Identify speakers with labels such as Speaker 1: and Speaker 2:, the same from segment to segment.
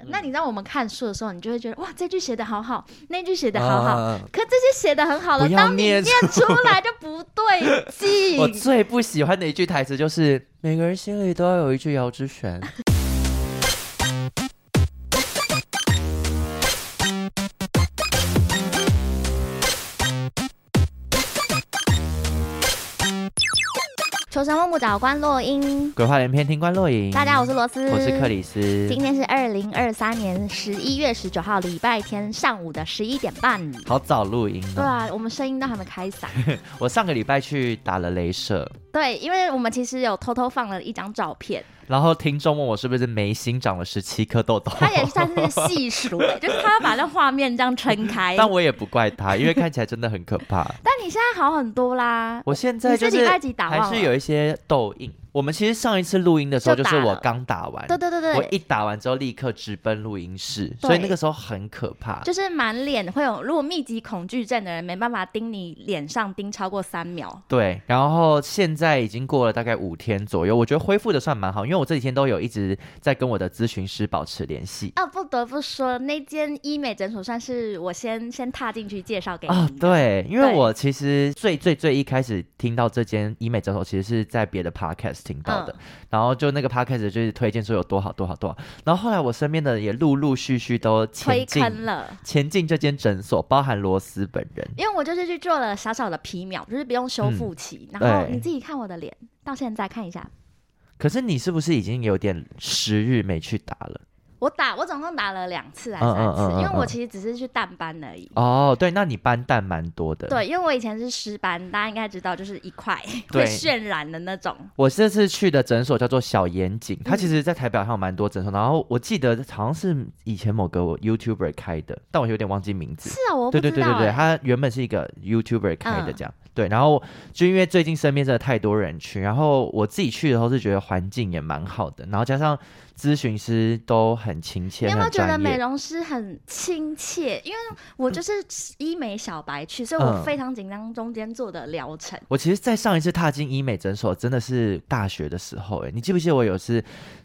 Speaker 1: 嗯
Speaker 2: 那你让我们看书的时候，你就会觉得哇，这句写的好 好，那句写的好好，
Speaker 1: 啊
Speaker 2: 可这些写的很好了，
Speaker 1: 不要
Speaker 2: 当你
Speaker 1: 念
Speaker 2: 念
Speaker 1: 出
Speaker 2: 出来就不对劲。
Speaker 1: 我最不喜欢的一句台词就是“每个人心里都要有一句姚之璇”。
Speaker 2: 求神问卜找关洛英，
Speaker 1: 鬼话连篇，听官落影。
Speaker 2: 大家好，我是罗斯，
Speaker 1: 嗯我是克。里斯
Speaker 2: 今。天是二零二三年十一月十九号，礼拜天上午的十一点半。
Speaker 1: 好早录音
Speaker 2: 对
Speaker 1: 哦！
Speaker 2: 啊，我们声音都还没开嗓。
Speaker 1: 我上个礼拜去打了镭射，
Speaker 2: 对，因为我们其实有偷偷放了一张照 片，
Speaker 1: 然后听众问我是不是眉心长了十七颗痘痘，
Speaker 2: 他也算是细数、欸，就是他把那画面这样撑开。
Speaker 1: 但我也不怪他，因为看起来真的很可 怕。
Speaker 2: 但你现在好很多啦，
Speaker 1: 我现在就
Speaker 2: 你是
Speaker 1: 是
Speaker 2: 礼拜几打忘
Speaker 1: 还
Speaker 2: 了
Speaker 1: 是有一些痘印。我们其实上一次录音的时候，
Speaker 2: 就打
Speaker 1: 就是我
Speaker 2: 了
Speaker 1: 刚打完，
Speaker 2: 对对对
Speaker 1: 我
Speaker 2: 对，
Speaker 1: 一打完之后立刻直奔录音室，所以
Speaker 2: 对
Speaker 1: 那个时候很可怕。
Speaker 2: 就是满脸会有，如果密集恐惧症的人没办法盯你脸上盯超过三秒。
Speaker 1: 对，然后现在已经过了大概五天左右，我觉得恢复的算蛮好，因为我这几天都有一直在跟我的咨询师保持联系。
Speaker 2: 啊，不得不说，那间医美诊所算是我先先踏进去介绍给你
Speaker 1: 啊、
Speaker 2: 的。
Speaker 1: 对，因为
Speaker 2: 对
Speaker 1: 我其实最最最一开始听到这间医美诊所，其实是在别的 podcast 听到
Speaker 2: 嗯
Speaker 1: 的，然后就那个 podcast 就是推荐说有多好多好多好，然后后来我身边的人也陆陆续续都
Speaker 2: 推
Speaker 1: 前
Speaker 2: 坑
Speaker 1: 进
Speaker 2: 了。
Speaker 1: 前进这间诊所，包含罗斯本人。
Speaker 2: 因为我就是去做了小小的皮秒，就是不用修复期。然
Speaker 1: 嗯
Speaker 2: 后
Speaker 1: 对
Speaker 2: 你自己看我的脸，到现在看一下，
Speaker 1: 可是你是不是已经有点时日没去打了？
Speaker 2: 我打我总共打了两次还
Speaker 1: 嗯
Speaker 2: 是
Speaker 1: 嗯
Speaker 2: 三次，
Speaker 1: 嗯嗯
Speaker 2: 因为我
Speaker 1: 嗯
Speaker 2: 其实只是去淡斑而已。
Speaker 1: 哦，对，那你斑蛋蛮多的。
Speaker 2: 对，因为我以前是湿斑，大家应该知道，就是一块会
Speaker 1: 对
Speaker 2: 渲染的那种。
Speaker 1: 我这次去的诊所叫做小严谨，它其实在台北好像有蛮多诊所，然后我记得好像是以前某个 YouTuber 开的，但我有点忘记名字
Speaker 2: 是。啊，我不
Speaker 1: 对
Speaker 2: 知
Speaker 1: 对
Speaker 2: 道、欸。嗯
Speaker 1: 对对对，他原本是一个 YouTuber 开的这样，对，然后就因为最近身边真的太多人去，然后我自己去的时候是觉得环境也蛮好的，然后加上咨询师都很亲切，
Speaker 2: 你有没有
Speaker 1: 很
Speaker 2: 觉得
Speaker 1: 专
Speaker 2: 美
Speaker 1: 业。
Speaker 2: 容师很亲切？因为我就是医美小白去，所以我
Speaker 1: 嗯
Speaker 2: 非常紧张中间做的疗程。
Speaker 1: 我其实，在上一次踏进医美诊所，真的是大学的时候、哎，你记不记得我有次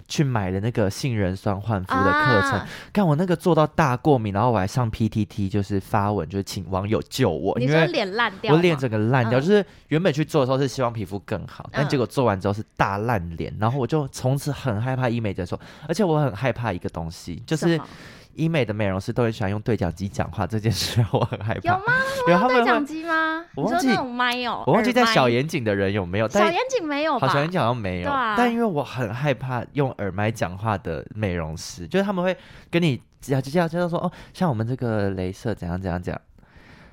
Speaker 1: 去买了那个杏仁酸焕肤的课程，
Speaker 2: 啊，
Speaker 1: 看我那个做到大过敏，然后我还上 PTT，就是发文，就是请网友救我，
Speaker 2: 你
Speaker 1: 哦因
Speaker 2: 说
Speaker 1: 为
Speaker 2: 脸烂掉
Speaker 1: 我
Speaker 2: 吗，
Speaker 1: 脸整个烂掉。
Speaker 2: 嗯
Speaker 1: 就是原本去做的时候是希望皮肤更好，但
Speaker 2: 嗯
Speaker 1: 结果做完之后是大烂脸，然后我就从此很害怕医美诊所，而且我很害怕一个东西，就
Speaker 2: 什
Speaker 1: 是
Speaker 2: 么
Speaker 1: 医美的美容师都很喜欢用对讲机讲话这件事， 让我很害
Speaker 2: 有
Speaker 1: 怕。
Speaker 2: 吗？
Speaker 1: 然后他
Speaker 2: 对
Speaker 1: 们
Speaker 2: 讲
Speaker 1: 会，
Speaker 2: 机吗？
Speaker 1: 我
Speaker 2: 你说
Speaker 1: 忘
Speaker 2: 那
Speaker 1: 记
Speaker 2: 种麦哦，
Speaker 1: 我忘记在
Speaker 2: 耳麦
Speaker 1: 小眼睛的人有没有，
Speaker 2: 小
Speaker 1: 但
Speaker 2: 眼睛没有
Speaker 1: 好
Speaker 2: 哦吧？
Speaker 1: 像好像没有，
Speaker 2: 对啊
Speaker 1: 但因为我很害怕用耳麦讲话的美容师，就是他们会跟你讲就讲就说哦，像我们这个镭射怎样怎样怎样，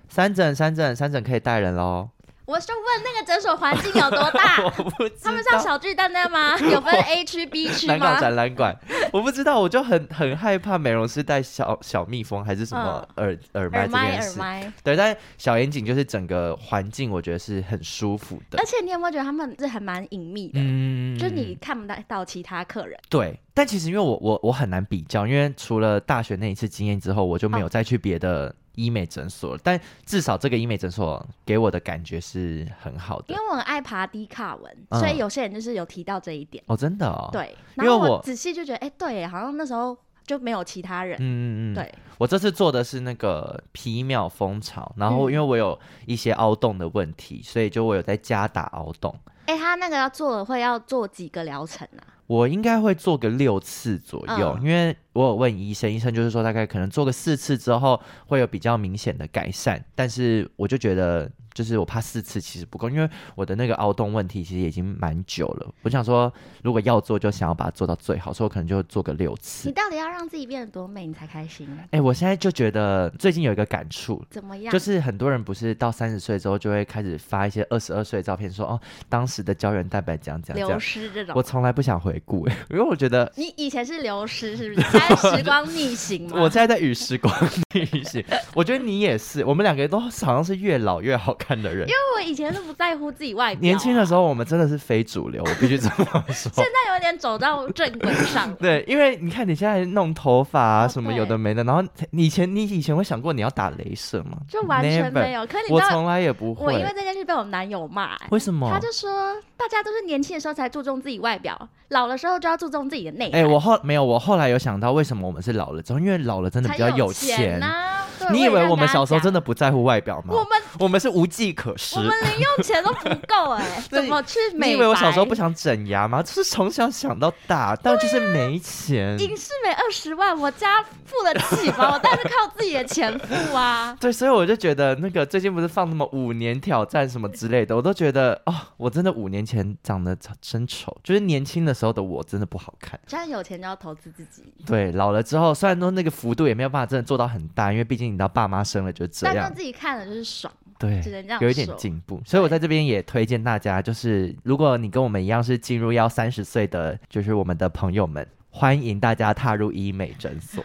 Speaker 1: 三诊三诊三诊可以带人喽。？
Speaker 2: 我是问那个诊所环境有多大
Speaker 1: 我不知
Speaker 2: 啊他们像
Speaker 1: 道
Speaker 2: 小巨蛋那样 吗？有分 A 区 B 区
Speaker 1: 南港
Speaker 2: 吗？
Speaker 1: 展览馆，我不知道，我就很很害怕美容师带小小蜜蜂还是什么耳、耳麦
Speaker 2: 耳
Speaker 1: 这
Speaker 2: 麦
Speaker 1: 件
Speaker 2: 嗯耳
Speaker 1: 事。
Speaker 2: 麦，
Speaker 1: 对，但小眼睛就是整个环境，我觉得是很舒服的
Speaker 2: 而。且你有没有觉得他们是还蛮隐秘的？
Speaker 1: 嗯
Speaker 2: 就是你看不到到其他客人，
Speaker 1: 对，但其实因为我我我很难比较，因为除了大学那一次经验之后，我就没
Speaker 2: 嗯
Speaker 1: 有再去别的医美诊所了。但至少这个医美诊所给我的感觉是很好
Speaker 2: 因
Speaker 1: 的。
Speaker 2: 为我很爱爬低卡文，
Speaker 1: 嗯
Speaker 2: 所以有些人就是有提到这一点。
Speaker 1: 哦，真的哦。，
Speaker 2: 对，
Speaker 1: 因
Speaker 2: 然
Speaker 1: 为
Speaker 2: 后
Speaker 1: 我
Speaker 2: 我仔细就觉得，哎、对耶，好像那时候就没有其他人。
Speaker 1: 嗯嗯嗯。，
Speaker 2: 对，
Speaker 1: 我这次做的是那个皮秒蜂巢，然
Speaker 2: 嗯
Speaker 1: 后因为我有一些凹洞的问题，所以就我有在加打凹洞。
Speaker 2: 哎、他那个要做了会要做几个疗程啊？
Speaker 1: 我应该会做个六次左右，
Speaker 2: 嗯
Speaker 1: 因为我有问医生，医生就是说大概可能做个四次之后会有比较明显的改善，但是我就觉得就是我怕四次其实不够，因为我的那个凹洞问题其实已经蛮久了，我想说如果要做就想要把它做到最好，所以我可能就做个六
Speaker 2: 你
Speaker 1: 次。
Speaker 2: 到底要让自己变得多美，你才开心？啊
Speaker 1: 哎、我现在就觉得最近有一个感触，
Speaker 2: 怎么样？
Speaker 1: 就是很多人不是到三十岁之后就会开始发一些二十二岁的照片说哦当时的胶原蛋白怎样怎样怎
Speaker 2: 流
Speaker 1: 样，
Speaker 2: 失这种
Speaker 1: 我。从来不想回顾、哎因为我觉得
Speaker 2: 你以前是流失是不是？现在时光逆行吗？
Speaker 1: 我现在在与时光逆行，我觉得你也是，我们两个都好像是越老越好看的人。
Speaker 2: 因为我以前都不在乎自己外表、啊
Speaker 1: 年轻的时
Speaker 2: 候，
Speaker 1: 候我们真的是非主流，我必须这么说。
Speaker 2: 现。在有点走到正轨上
Speaker 1: 对，因为你看你现在弄头发啊
Speaker 2: 哦
Speaker 1: 什么
Speaker 2: 对
Speaker 1: 有的没的，然后你以前你以前会想过你要打镭射吗？
Speaker 2: 就完全
Speaker 1: Never
Speaker 2: 没有，可是你
Speaker 1: 我
Speaker 2: 知道，
Speaker 1: 从来也不
Speaker 2: 我因为
Speaker 1: 会。
Speaker 2: 这件事被我男友骂、欸
Speaker 1: 为什么？
Speaker 2: 他就说大家都是年轻的时候才注重自己外表，老的时候就要注重自己的内
Speaker 1: 哎、
Speaker 2: 涵。
Speaker 1: 我后没有，我后来有想到为什么我们是老了之后，因为老了真的比较
Speaker 2: 才有
Speaker 1: 钱。
Speaker 2: 呐、对
Speaker 1: 你以为我们小时候真
Speaker 2: 的？
Speaker 1: 的不在乎外表吗？
Speaker 2: 我们
Speaker 1: 我们是无计可施
Speaker 2: 我。们零用钱都不够哎、
Speaker 1: 那
Speaker 2: 怎
Speaker 1: 你
Speaker 2: 么去美白？
Speaker 1: 你以为我小时候不想整牙吗？就是从小想到大，但就是没钱。
Speaker 2: 影视美二十万，我家付得起吗？我当然是靠自己的钱付啊。
Speaker 1: 对，所以我就觉得那个最近不是放什么五年挑战什么之类的，我都觉得哦，我真的五年前长得真丑，就是年轻的时候的我真的不好看。
Speaker 2: 现在有钱就要投资自己，
Speaker 1: 对，老了之后虽然说那个幅度也没有办法真的做到很大，因为毕竟你知道爸妈生了就是这
Speaker 2: 但
Speaker 1: 样
Speaker 2: 让，自己看了就是爽。
Speaker 1: 对，
Speaker 2: 只能这样
Speaker 1: 有一点
Speaker 2: 说
Speaker 1: 进步。所以我在这边也推荐大家，就是如果你跟我们一样是进入要三十岁的，就是我们的朋友们，欢迎大家踏入医美诊所。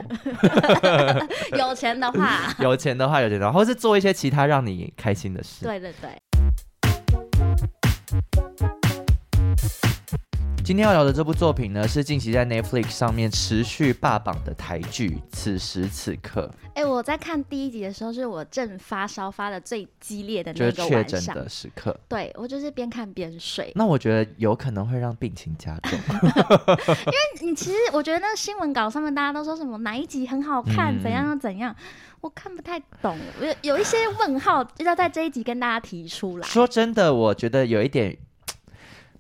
Speaker 2: 有钱的 话，
Speaker 1: 有钱的话，有钱的话，或是做一些其他让你开心的事。
Speaker 2: 对对对，
Speaker 1: 今天要聊的这部作品呢，是近期在 Netflix 上面持续霸榜的台剧《此时此刻
Speaker 2: 哎、我在看第一集的时候，是我正发烧发的最激烈的》，
Speaker 1: 就
Speaker 2: 那
Speaker 1: 是
Speaker 2: 个
Speaker 1: 确
Speaker 2: 晚
Speaker 1: 诊
Speaker 2: 上。
Speaker 1: 的时刻。
Speaker 2: 对我就是边看边睡。
Speaker 1: 那我觉得有可能会让病情加重。
Speaker 2: 你其实我觉得那个新闻稿上面大家都说什么哪一集很好看，
Speaker 1: 嗯
Speaker 2: 怎样怎样，我看不太懂，我有有一些问号要在这一集跟大家提出来。
Speaker 1: 说真的，我觉得有一点，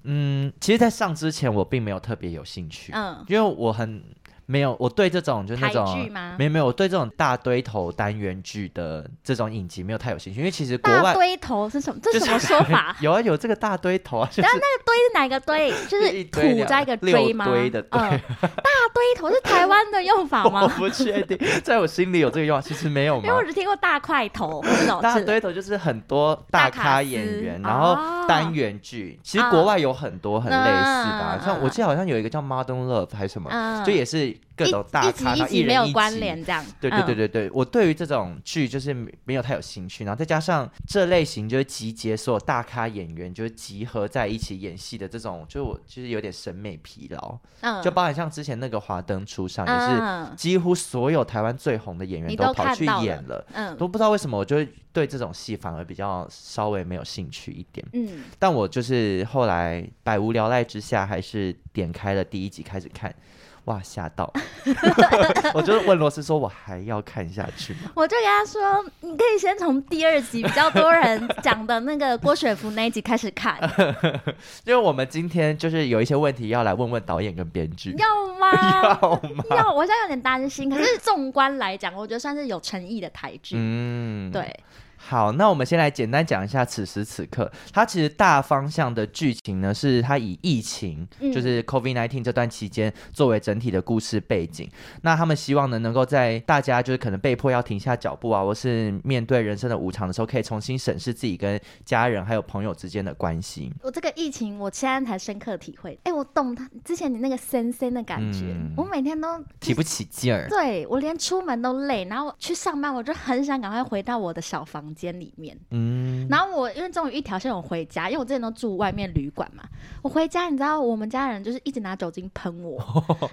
Speaker 1: 嗯，其实，在上之前我并没有特别有兴趣，
Speaker 2: 嗯，
Speaker 1: 因为我很没有，我对这种就是那
Speaker 2: 台
Speaker 1: 种
Speaker 2: 剧吗
Speaker 1: 没？有没有，我对这种大堆头单元剧的这种影集没有太有兴趣，因为其实国
Speaker 2: 大
Speaker 1: 外
Speaker 2: 堆头是什么？这
Speaker 1: 就是？
Speaker 2: 什么说法
Speaker 1: 有啊有这个大堆头啊，就
Speaker 2: 然
Speaker 1: 是
Speaker 2: 后那个堆是哪个堆？就是
Speaker 1: 一堆
Speaker 2: 土
Speaker 1: 两
Speaker 2: 加一个
Speaker 1: 六
Speaker 2: 堆吗？
Speaker 1: 堆的堆
Speaker 2: 嗯， 大堆头是台湾的用法
Speaker 1: 我
Speaker 2: 吗？
Speaker 1: 不确 定，在我心里有这个用法，其实没有
Speaker 2: 因为
Speaker 1: 嘛
Speaker 2: 我。只听过大块头那种。
Speaker 1: 大
Speaker 2: 是
Speaker 1: 堆头就是很多
Speaker 2: 大
Speaker 1: 大
Speaker 2: 卡
Speaker 1: 咖
Speaker 2: 司
Speaker 1: 演员，
Speaker 2: 哦啊
Speaker 1: 然后单元剧，其实国外有很多很类似的啊，
Speaker 2: 嗯
Speaker 1: 像我记得好像有一个叫《Modern Love》还是什么，
Speaker 2: 嗯
Speaker 1: 就也是各种大
Speaker 2: 一集
Speaker 1: 咖，然
Speaker 2: 一
Speaker 1: 后
Speaker 2: 集
Speaker 1: 人
Speaker 2: 没有
Speaker 1: 一
Speaker 2: 关
Speaker 1: 集。
Speaker 2: 联这样。
Speaker 1: 对对
Speaker 2: 嗯，
Speaker 1: 对对对，我对于这种剧就是没有太有兴趣，然后再加上这类型就是集结所有大咖演员就是集合在一起演戏的这种，就是我就是有点审美疲劳，
Speaker 2: 嗯，
Speaker 1: 就包含像之前那个《华灯初上》也是
Speaker 2: 嗯
Speaker 1: 几乎所有台湾最红的演员
Speaker 2: 你都
Speaker 1: 跑
Speaker 2: 看
Speaker 1: 去
Speaker 2: 到
Speaker 1: 演了，
Speaker 2: 嗯
Speaker 1: 都不知道为什么我就会对这种戏反而比较稍微没有兴趣一点。
Speaker 2: 嗯，
Speaker 1: 但我就是后来百无聊赖之下，还是点开了第一集开始看，哇，吓 到！我就问罗斯说：“我还要看下去吗
Speaker 2: 我就给他说，你可以先从第二集比较多人讲的那个郭雪芙那一集开始 看，？”
Speaker 1: 因为我们今天就是有一些问题要来问问导演跟编剧，
Speaker 2: 要啊吗？
Speaker 1: 要吗？
Speaker 2: 要，我现在有点担心。可是纵观来讲，我觉得算是有诚意的台剧。
Speaker 1: 嗯，。
Speaker 2: 对，
Speaker 1: 好，那我们先来简单讲一下此时此刻，它其实大方向的剧情呢，是它以疫情，
Speaker 2: 嗯
Speaker 1: 就是 COVID 1 9这段期间作为整体的故事背景。那他们希望呢，能够在大家就是可能被迫要停下脚步啊，或是面对人生的无常的时候，可以重新审视自己跟家人还有朋友之间的关系。
Speaker 2: 我这个疫情，我现在才深刻体会。哎、我懂他之前你那个森森的感觉，
Speaker 1: 嗯
Speaker 2: 我每天都
Speaker 1: 提不起劲儿，
Speaker 2: 对我连出门都累，然后我去上班我就很想赶快回到我的小房间里面。
Speaker 1: 嗯，
Speaker 2: 然后我因为终于一条线我回家，因为我之前都住外面旅馆嘛，我回家你知道我们家人就是一直拿酒精喷 我，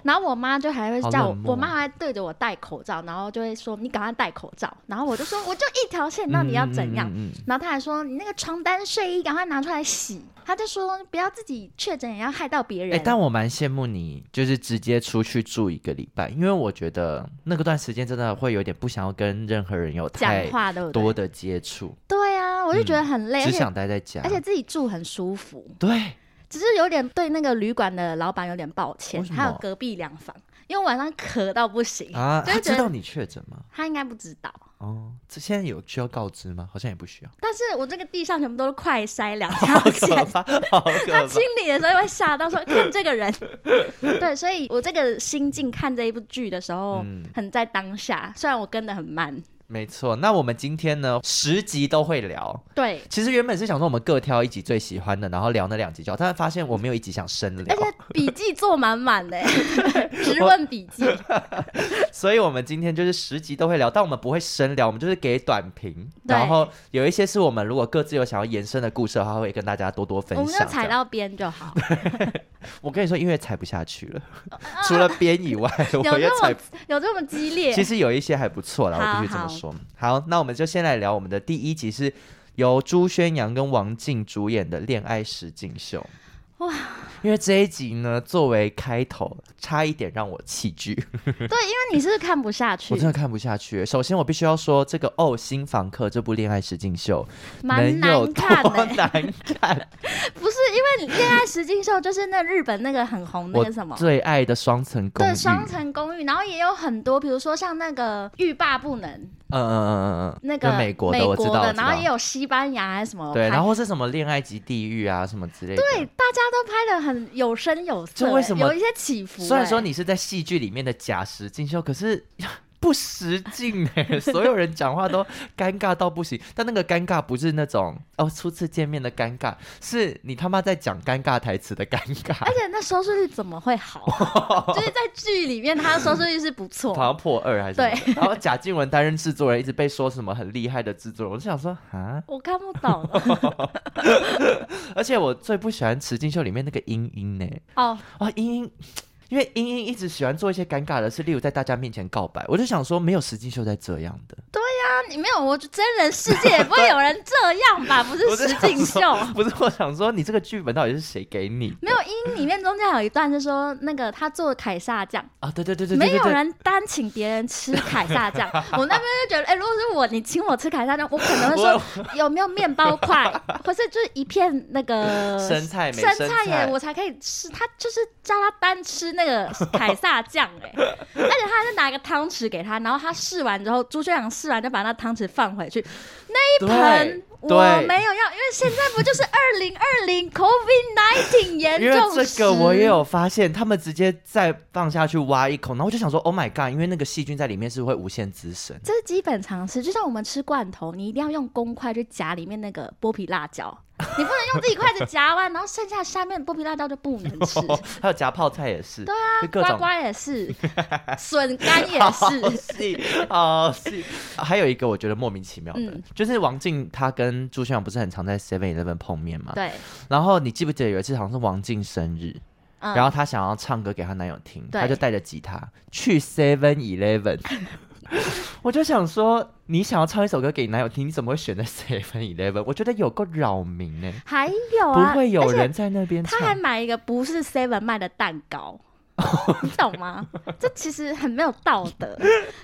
Speaker 2: 然后我妈就还会叫
Speaker 1: 好
Speaker 2: 我
Speaker 1: 冷，漠
Speaker 2: 我妈还对着我戴口罩，然后就会说你赶快戴口罩，然后我就说我就一条线，到底要怎样？
Speaker 1: 嗯嗯嗯
Speaker 2: 然后她还说你那个床单睡衣赶快拿出来洗，她就说不要自己确诊也要害到别
Speaker 1: 哎、
Speaker 2: 人。
Speaker 1: 但我蛮羡慕你，就是直接出去住一个礼拜，因为我觉得那个段时间真的会有点不想要跟任何人有
Speaker 2: 讲
Speaker 1: 太
Speaker 2: 话对不对？
Speaker 1: 多的接触，
Speaker 2: 对啊，我就觉得很累，而
Speaker 1: 只
Speaker 2: 且
Speaker 1: 想待在家。
Speaker 2: 而且自己住很舒服。
Speaker 1: 对，
Speaker 2: 只是有点对那个旅馆的老板有点抱歉
Speaker 1: 为，什么
Speaker 2: 还有隔壁两房，因为我晚上咳到不行，
Speaker 1: 啊，
Speaker 2: 就
Speaker 1: 他
Speaker 2: 是觉
Speaker 1: 知
Speaker 2: 得
Speaker 1: 道你确诊吗？
Speaker 2: 他应该不知道。
Speaker 1: 哦，这现在有需要告知吗？好像也不需要。
Speaker 2: 但是我这个地上全部都是快筛两条
Speaker 1: 可
Speaker 2: 线，
Speaker 1: 怕， 好
Speaker 2: 他
Speaker 1: 可怕
Speaker 2: 清。理的时候会吓到说看这个人，对，所以我这个心境看这一部剧的时候
Speaker 1: 嗯
Speaker 2: 很在当下，虽然我跟的很慢，
Speaker 1: 没错，那我们今天呢，十集都会聊。
Speaker 2: 对，
Speaker 1: 其实原本是想说我们各挑一集最喜欢的，然后聊那两集就好，但是发现我没有一集想深聊
Speaker 2: 而，且笔记做满满 的、直问笔记。
Speaker 1: 所以我们今天就是十集都会聊，但我们不会深聊，我们就是给短评，
Speaker 2: 对
Speaker 1: 然后有一些是我们如果各自有想要延伸的故事的话，会跟大家多多分
Speaker 2: 我们
Speaker 1: 享。
Speaker 2: 就踩
Speaker 1: 这样
Speaker 2: 到边就好。
Speaker 1: 我跟你说，因为踩不下去了， 除了边以外，我
Speaker 2: 呃 有
Speaker 1: 也
Speaker 2: 这
Speaker 1: 踩
Speaker 2: 么有这么激烈？
Speaker 1: 其实有一些还不错啦，我必须这么说。好那我们就先来聊我们的第一集，是由朱宣阳跟王静主演的《恋爱实境秀》。
Speaker 2: 哇！
Speaker 1: 因为这一集呢，作为开头，差一点让我弃剧，
Speaker 2: 对，因为你是不是看不下去
Speaker 1: 我，真的看不下去。首先，我必须要说，这个《哦新房客》这部恋爱实境秀
Speaker 2: 蛮
Speaker 1: 能有
Speaker 2: 难
Speaker 1: 多
Speaker 2: 看的、欸
Speaker 1: 难看？
Speaker 2: 不是因为《恋爱实境秀》就是那日本那个很红 那
Speaker 1: 我
Speaker 2: 个什么。
Speaker 1: 最爱的双层公寓，
Speaker 2: 对双层公寓，然后也有很多，比如说像那个欲罢不能，
Speaker 1: 嗯，嗯嗯嗯嗯嗯，
Speaker 2: 那个
Speaker 1: 就美国的，我知道，我知
Speaker 2: 然后
Speaker 1: 道
Speaker 2: 也。有西班牙还是什么拍，
Speaker 1: 对，然后是什么恋爱及地狱啊，什么之类的。
Speaker 2: 对大家都拍的很有声有色、
Speaker 1: 就为什么
Speaker 2: 有一些起伏、
Speaker 1: 虽然说
Speaker 2: 哎
Speaker 1: 你是在戏剧里面的假实境秀，可是 不实境哎、所有人讲话都尴尬到不行。但那个尴尬不是那种哦初次见面的尴尬，是你他妈在讲尴尬台词的尴尬
Speaker 2: 而，且那收视率怎么会好啊、 就是在剧里面，它的收视率是不错。
Speaker 1: 好像破二还是什么的然后贾静雯担任制作人，一直被说什么很厉害的制作人，我就想说啊，
Speaker 2: 我看不懂
Speaker 1: 而且我最不喜欢实境秀里面那个英英呢、
Speaker 2: 哦，
Speaker 1: 啊，英英，因为英英一直喜欢做一些尴尬的事，例如在大家面前告白，我就想说没有实境秀在这样的。
Speaker 2: 那你没有，我真人世界也不会有人这样吧？不
Speaker 1: 我
Speaker 2: 是
Speaker 1: 在
Speaker 2: 实
Speaker 1: 想
Speaker 2: 境
Speaker 1: 说
Speaker 2: 秀，
Speaker 1: 不是，我想说你这个剧本到底是谁给你的？
Speaker 2: 没有因里面中间有一段是说那个他做凯撒酱，
Speaker 1: 啊？对对对对对
Speaker 2: 没
Speaker 1: 对
Speaker 2: 有
Speaker 1: 对，
Speaker 2: 人单请别人吃凯撒 酱，我那边就觉得，哎、如果是我，你请我吃凯撒酱，我可能会说有没有面包 块，或是就是一片那个
Speaker 1: 生菜没
Speaker 2: 生
Speaker 1: 生
Speaker 2: 菜耶
Speaker 1: 菜，
Speaker 2: 我才可以吃。他就是叫他单吃那个凯撒酱 哎，而且他还是拿个汤匙给他，然后他试完之后，朱轩阳试完就把那汤匙放回去，
Speaker 1: 对
Speaker 2: 喷。我
Speaker 1: 对。
Speaker 2: 没有要，因为现在不就是二零二零 COVID 19严
Speaker 1: 因为
Speaker 2: 重
Speaker 1: 这
Speaker 2: 时？
Speaker 1: 个我也有发现，他们直接再放下去挖一口，然后我就想说，Oh my god！因为那个细菌在里面是会无限滋生，
Speaker 2: 这是基本常识，就像我们吃罐头，你一定要用公筷去夹里面那个剥皮辣 椒，你不能用自己筷子夹完，然后剩下下面剥皮辣椒就不能吃。
Speaker 1: 哦还有夹泡菜也是，对啊， 各
Speaker 2: 瓜
Speaker 1: 种
Speaker 2: 瓜也是，笋干也
Speaker 1: 好
Speaker 2: 是，
Speaker 1: 细，好细。还有一个我觉得莫名其妙的，
Speaker 2: 嗯
Speaker 1: 就是王静她跟朱轩阳不是很常在 Seven Eleven 碰面嘛？
Speaker 2: 对，
Speaker 1: 然后你记不记得有一次好像是王静生日，
Speaker 2: 嗯，
Speaker 1: 然后她想要唱歌给她男友听，
Speaker 2: 对
Speaker 1: 她就带着吉他去 Seven Eleven。我就想说，你想要唱一首歌给你男友听，你怎么会选在 Seven Eleven？我觉得有够扰民呢、
Speaker 2: 还有啊，
Speaker 1: 不会有
Speaker 2: 而且
Speaker 1: 人在那边
Speaker 2: 他还
Speaker 1: 唱。
Speaker 2: 买一个不是 Seven 卖的蛋 糕。你懂吗？这其实很没有道德。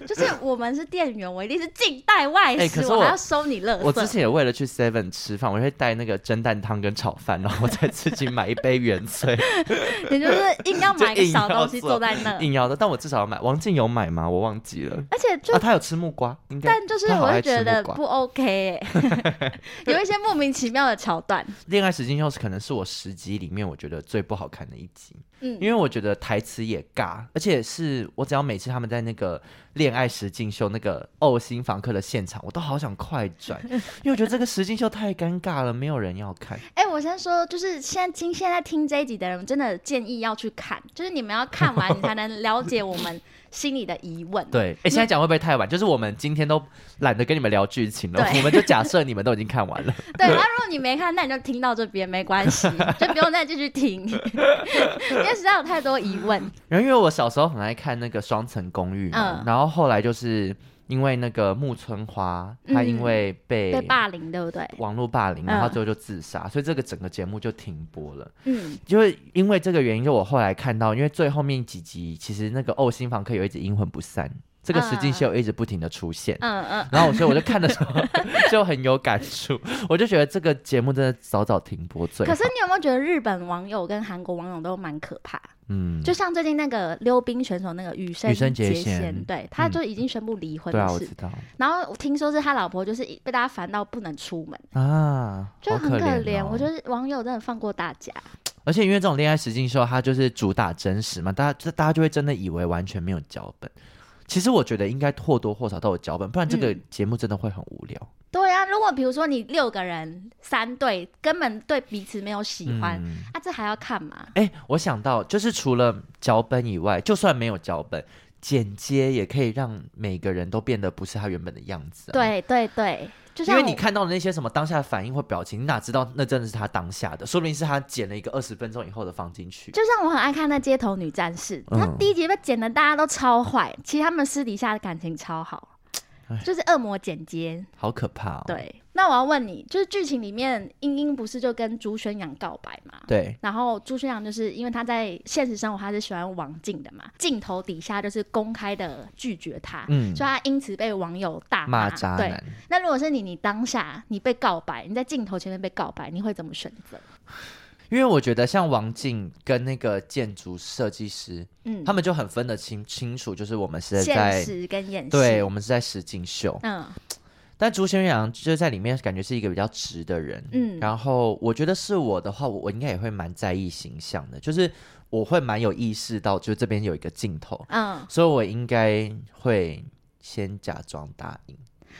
Speaker 2: 就是我们是店员，我一定是近代外
Speaker 1: 哎
Speaker 2: 食，
Speaker 1: 可是
Speaker 2: 我还
Speaker 1: 我
Speaker 2: 要收你乐
Speaker 1: 我
Speaker 2: 色
Speaker 1: 之。前也为了去 Seven 吃饭，我会带那个蒸蛋汤跟炒饭， 然后我再自己买一杯原萃，
Speaker 2: 你就是硬要买一
Speaker 1: 就
Speaker 2: 个
Speaker 1: 硬
Speaker 2: 小
Speaker 1: 要
Speaker 2: 东西
Speaker 1: 做
Speaker 2: 坐在那，
Speaker 1: 硬要的。但我至少要买。王静有买吗？我忘记了。
Speaker 2: 而且就
Speaker 1: 啊，他有吃木瓜，应该。
Speaker 2: 但就是
Speaker 1: 他好
Speaker 2: 我
Speaker 1: 爱
Speaker 2: 会
Speaker 1: 吃
Speaker 2: 觉得
Speaker 1: 木瓜
Speaker 2: 不 OK，欸、 有一些莫名其妙的桥段。
Speaker 1: 恋爱实境秀是可能是我十集里面我觉得最不好看的一集。因
Speaker 2: 嗯，
Speaker 1: 为我觉得台词也尬，而且是我只要每次他们在那个恋爱实境秀那个呕心房客的现场，我都好想快 转，因为我觉得这个实境秀太尴尬了，没有人要看。
Speaker 2: 哎、我先说，就是现在听现在听这一集的人，真的建议要去看，就是你们要看完，你才能了解我们心里的疑问。
Speaker 1: 对，哎、现在讲会不会太晚？就是我们今天都懒得跟你们聊剧情了，
Speaker 2: 对
Speaker 1: 我们就假设你们都已经看 完了。
Speaker 2: 对，那、如果你没看，那你就听到这边没关系，就不用再继续听， 因为实在有太多疑 问。
Speaker 1: 然后因为我小时候很爱看那个《双层公寓》嘛，
Speaker 2: 嗯
Speaker 1: 然后后来就是因为那个木村花，她因
Speaker 2: 嗯
Speaker 1: 为被、
Speaker 2: 被霸凌，对不对？
Speaker 1: 网络霸凌，然后
Speaker 2: 嗯
Speaker 1: 最后就自杀，所以这个整个节目就停播了。
Speaker 2: 嗯，
Speaker 1: 就是因为这个原因，就我后来看到，因为最后面几集其实那个呕心房客有一直阴魂不散，这个实境秀一直不停的出现。
Speaker 2: 嗯嗯，
Speaker 1: 然后我所以我就看的时候就很有感触，我就觉得这个节目真的早早停播最好。
Speaker 2: 可是你有没有觉得日本网友跟韩国网友都蛮可怕？
Speaker 1: 嗯，
Speaker 2: 就像最近那个溜冰选手那个羽生
Speaker 1: 羽生结
Speaker 2: 结
Speaker 1: 弦
Speaker 2: 对，他
Speaker 1: 嗯
Speaker 2: 就已经宣布离婚
Speaker 1: 对
Speaker 2: 的
Speaker 1: 啊，我
Speaker 2: 事。
Speaker 1: 知道
Speaker 2: 然后我听说是他老婆就是被大家烦到不能出门，
Speaker 1: 啊，
Speaker 2: 就
Speaker 1: 好
Speaker 2: 很
Speaker 1: 可
Speaker 2: 怜。
Speaker 1: 哦
Speaker 2: 我觉得网友真的放过大家，
Speaker 1: 而且因为这种恋爱实境秀，它就是主打真实嘛，大家大家就会真的以为完全没有脚本。其实我觉得应该或多或少都有脚本，不然这
Speaker 2: 嗯
Speaker 1: 个节目真的会很无聊。
Speaker 2: 对啊，如果比如说你六个人三队，根本对彼此没有喜欢、
Speaker 1: 嗯
Speaker 2: 啊，这还要看嘛？
Speaker 1: 哎、我想到，就是除了脚本以外，就算没有脚本，剪接也可以让每个人都变得不是他原本的样子、啊。，
Speaker 2: 对对对，就
Speaker 1: 因
Speaker 2: 像
Speaker 1: 为你
Speaker 2: 我
Speaker 1: 看到的那些什么当下的反应或表情，你哪知道那真的是他当下的？说不定是他剪了一个二十分钟以后的放进去。
Speaker 2: 就像我很爱看那《街头女战士》
Speaker 1: 嗯
Speaker 2: 她第一集被剪的大家都超坏，其实他们私底下的感情超好
Speaker 1: 唉，
Speaker 2: 就是恶魔剪接。
Speaker 1: 好可怕、哦。
Speaker 2: 对，那我要问你，就是剧情里面英英不是就跟朱宣阳告白嘛？
Speaker 1: 对，
Speaker 2: 然后朱宣阳就是因为他在现实生活他是喜欢王静的嘛，镜头底下就是公开的拒绝他，
Speaker 1: 嗯
Speaker 2: 所以他因此被网友大
Speaker 1: 骂渣
Speaker 2: 啊对，
Speaker 1: 男。
Speaker 2: 那如果是你，你当下你被告白，你在镜头前面被告白，你会怎么选择？
Speaker 1: 因为我觉得像王静跟那个建筑设计师，
Speaker 2: 嗯
Speaker 1: 他，们就很分得清清楚，就是我们是
Speaker 2: 现
Speaker 1: 在
Speaker 2: 实跟演戏，
Speaker 1: 对，我们是在实景秀。
Speaker 2: 嗯
Speaker 1: 但朱轩阳就是在里面感觉是一个比较直的人，
Speaker 2: 嗯
Speaker 1: 然后我觉得是我的话，我我应该也会蛮在意形象的，就是我会蛮有意识到，就这边有一个镜头，
Speaker 2: 嗯，
Speaker 1: 所以我应该会先假装答应，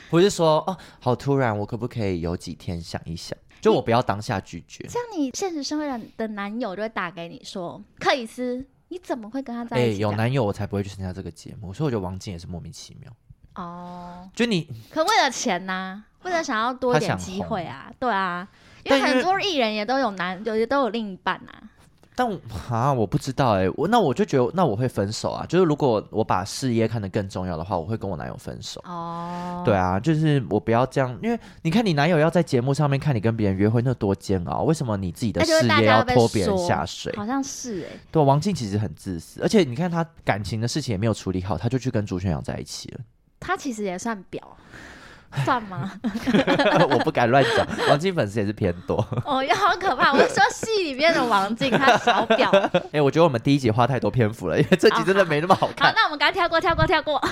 Speaker 1: 不是说哦好突然，我可不可以有几天想一想？就我不要当下拒绝。
Speaker 2: 像你现实生活中的男友就会打给你说，克里斯，你怎么会跟他在一起啊的？
Speaker 1: 哎有男友我才不会去参加这个节目，所以我觉得王静也是莫名其妙。
Speaker 2: 哦，
Speaker 1: 就你
Speaker 2: 可为了钱呐、为了想要多一
Speaker 1: 他
Speaker 2: 点
Speaker 1: 想
Speaker 2: 机会啊，对啊，因为
Speaker 1: 但因为
Speaker 2: 很多艺人也都有男，有也都有另一半啊。
Speaker 1: 但我啊，我不知道哎、我那我就觉得那我会分手啊。就是如果我把事业看得更重要的话，我会跟我男友分手。
Speaker 2: 哦，
Speaker 1: 对啊，就是我不要这样，因为你看你男友要在节目上面看你跟别人约会，那多煎熬。为什么你自己的
Speaker 2: 那就是
Speaker 1: 事
Speaker 2: 大
Speaker 1: 业
Speaker 2: 家
Speaker 1: 要
Speaker 2: 会被
Speaker 1: 拖别人
Speaker 2: 说
Speaker 1: 下水？
Speaker 2: 好像是哎、
Speaker 1: 对，啊王静其实很自私，而且你看她感情的事情也没有处理好，她就去跟朱轩阳在一起
Speaker 2: 他其实也算表，算吗？
Speaker 1: 了。 我不敢乱讲，王静粉丝也是偏多。
Speaker 2: 哦，也好可怕！我说戏里面的王静，他小表。 好，
Speaker 1: 哎、我觉得我们第一集花太多篇幅了，因为这集真的没那么好 看。
Speaker 2: 那我们赶快跳过，跳过，跳过。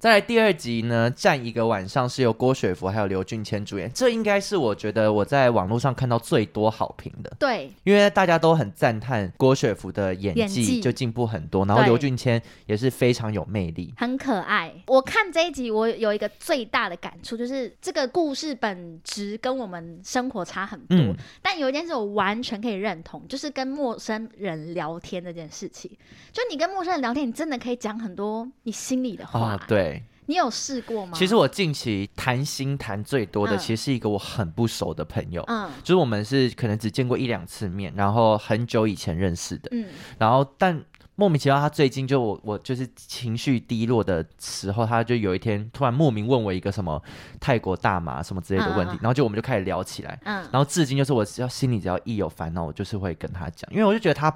Speaker 1: 再来第二集呢，《站一个晚上》是由郭雪芙还有刘俊谦主演，这应该是我觉得我在网络上看到最多好评的，
Speaker 2: 对，
Speaker 1: 因为大家都很赞叹郭雪芙的演
Speaker 2: 演技
Speaker 1: 技就进步很多，然后
Speaker 2: 对
Speaker 1: 刘俊谦也是非常有魅力。
Speaker 2: 很可爱。我看这一集，我有一个最大的感触，就是这个故事本质跟我们生活差很多。
Speaker 1: 嗯
Speaker 2: 但有一件事我完全可以认同，就是跟陌生人聊天这件事情。就你跟陌生人聊天，你真的可以讲很多你心里的话。
Speaker 1: 啊、对，
Speaker 2: 你有试过吗？
Speaker 1: 其实，我近期谈心谈最多的，
Speaker 2: 嗯
Speaker 1: 其实是一个我很不熟的朋友，
Speaker 2: 嗯
Speaker 1: 就是我们是可能只见过一两次面，然后很久以前认识的。
Speaker 2: 嗯，
Speaker 1: 然后但莫名其妙，他最近就我我就是情绪低落的时候，他就有一天突然莫名问我一个什么泰国大麻什么之类的问题，
Speaker 2: 嗯嗯嗯
Speaker 1: 然后就我们就开始聊起来，
Speaker 2: 嗯，
Speaker 1: 然后至今就是我只要心里只要一有烦恼，我就是会跟他讲，因为我就觉得他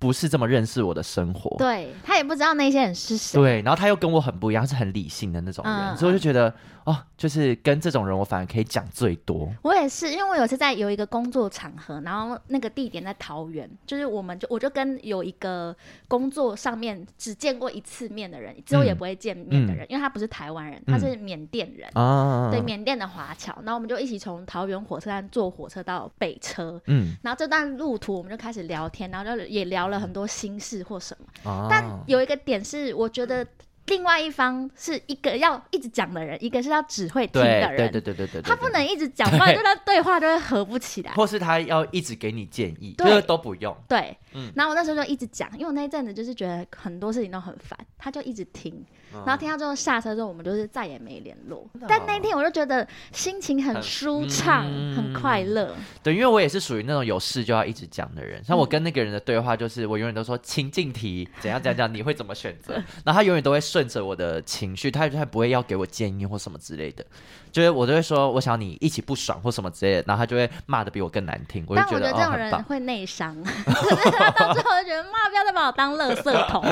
Speaker 1: 不是这么认识我的生活，
Speaker 2: 对他也不知道那些人是谁。
Speaker 1: 对，然后他又跟我很不一样，他是很理性的那种人，
Speaker 2: 嗯嗯
Speaker 1: 所以我就觉得哦，就是跟这种人我反而可以讲最多，
Speaker 2: 我也是，因为我有一次在有一个工作场合，然后那个地点在桃园，就是我们就我就跟有一个工作上面只见过一次面的人，之后也不会见面的人，嗯因为他不是台湾人，他是缅甸人，
Speaker 1: 啊，
Speaker 2: 对，缅甸的华侨。然后我们就一起从桃园火车站坐火车到北车，
Speaker 1: 嗯
Speaker 2: 然后这段路途我们就开始聊天，然后就也聊了很多心事或什么。
Speaker 1: 啊，
Speaker 2: 但有一个点是，我觉得另外一方是一个要一直讲的人，一个是要只会听
Speaker 1: 对
Speaker 2: 的人。
Speaker 1: 对对对对对对，
Speaker 2: 他不
Speaker 1: 对
Speaker 2: 能一直讲话，
Speaker 1: 对
Speaker 2: 跟他对话就会合不起来。
Speaker 1: 或是他要一直给你建议，就
Speaker 2: 对
Speaker 1: 是都不用。
Speaker 2: 对，
Speaker 1: 嗯
Speaker 2: 然后我那时候就一直讲，因为我那一阵子就是觉得很多事情都很烦，他就一直听，
Speaker 1: 嗯
Speaker 2: 然后听到之后下车之后，我们就是再也没联络。
Speaker 1: 真的
Speaker 2: 但
Speaker 1: 哦
Speaker 2: 那一天我就觉得心情很
Speaker 1: 很
Speaker 2: 舒畅，
Speaker 1: 嗯
Speaker 2: 很快乐。
Speaker 1: 对，因为我也是属于那种有事就要一直讲的人。像
Speaker 2: 嗯
Speaker 1: 我跟那个人的对话，就是我永远都说情境题怎样怎样怎样，你会怎么选择？ 然后他永远都会顺着我的情绪，他他不会要给我建议或什么之类的。就是我都会说我想你一起不爽或什么之类的，然后他就会骂的比我更难听。我就
Speaker 2: 但我觉得
Speaker 1: 得
Speaker 2: 这
Speaker 1: 哦
Speaker 2: 种
Speaker 1: 很
Speaker 2: 人
Speaker 1: 棒，
Speaker 2: 会内伤，就是他到最后就觉得妈，不要再把我当垃圾 桶。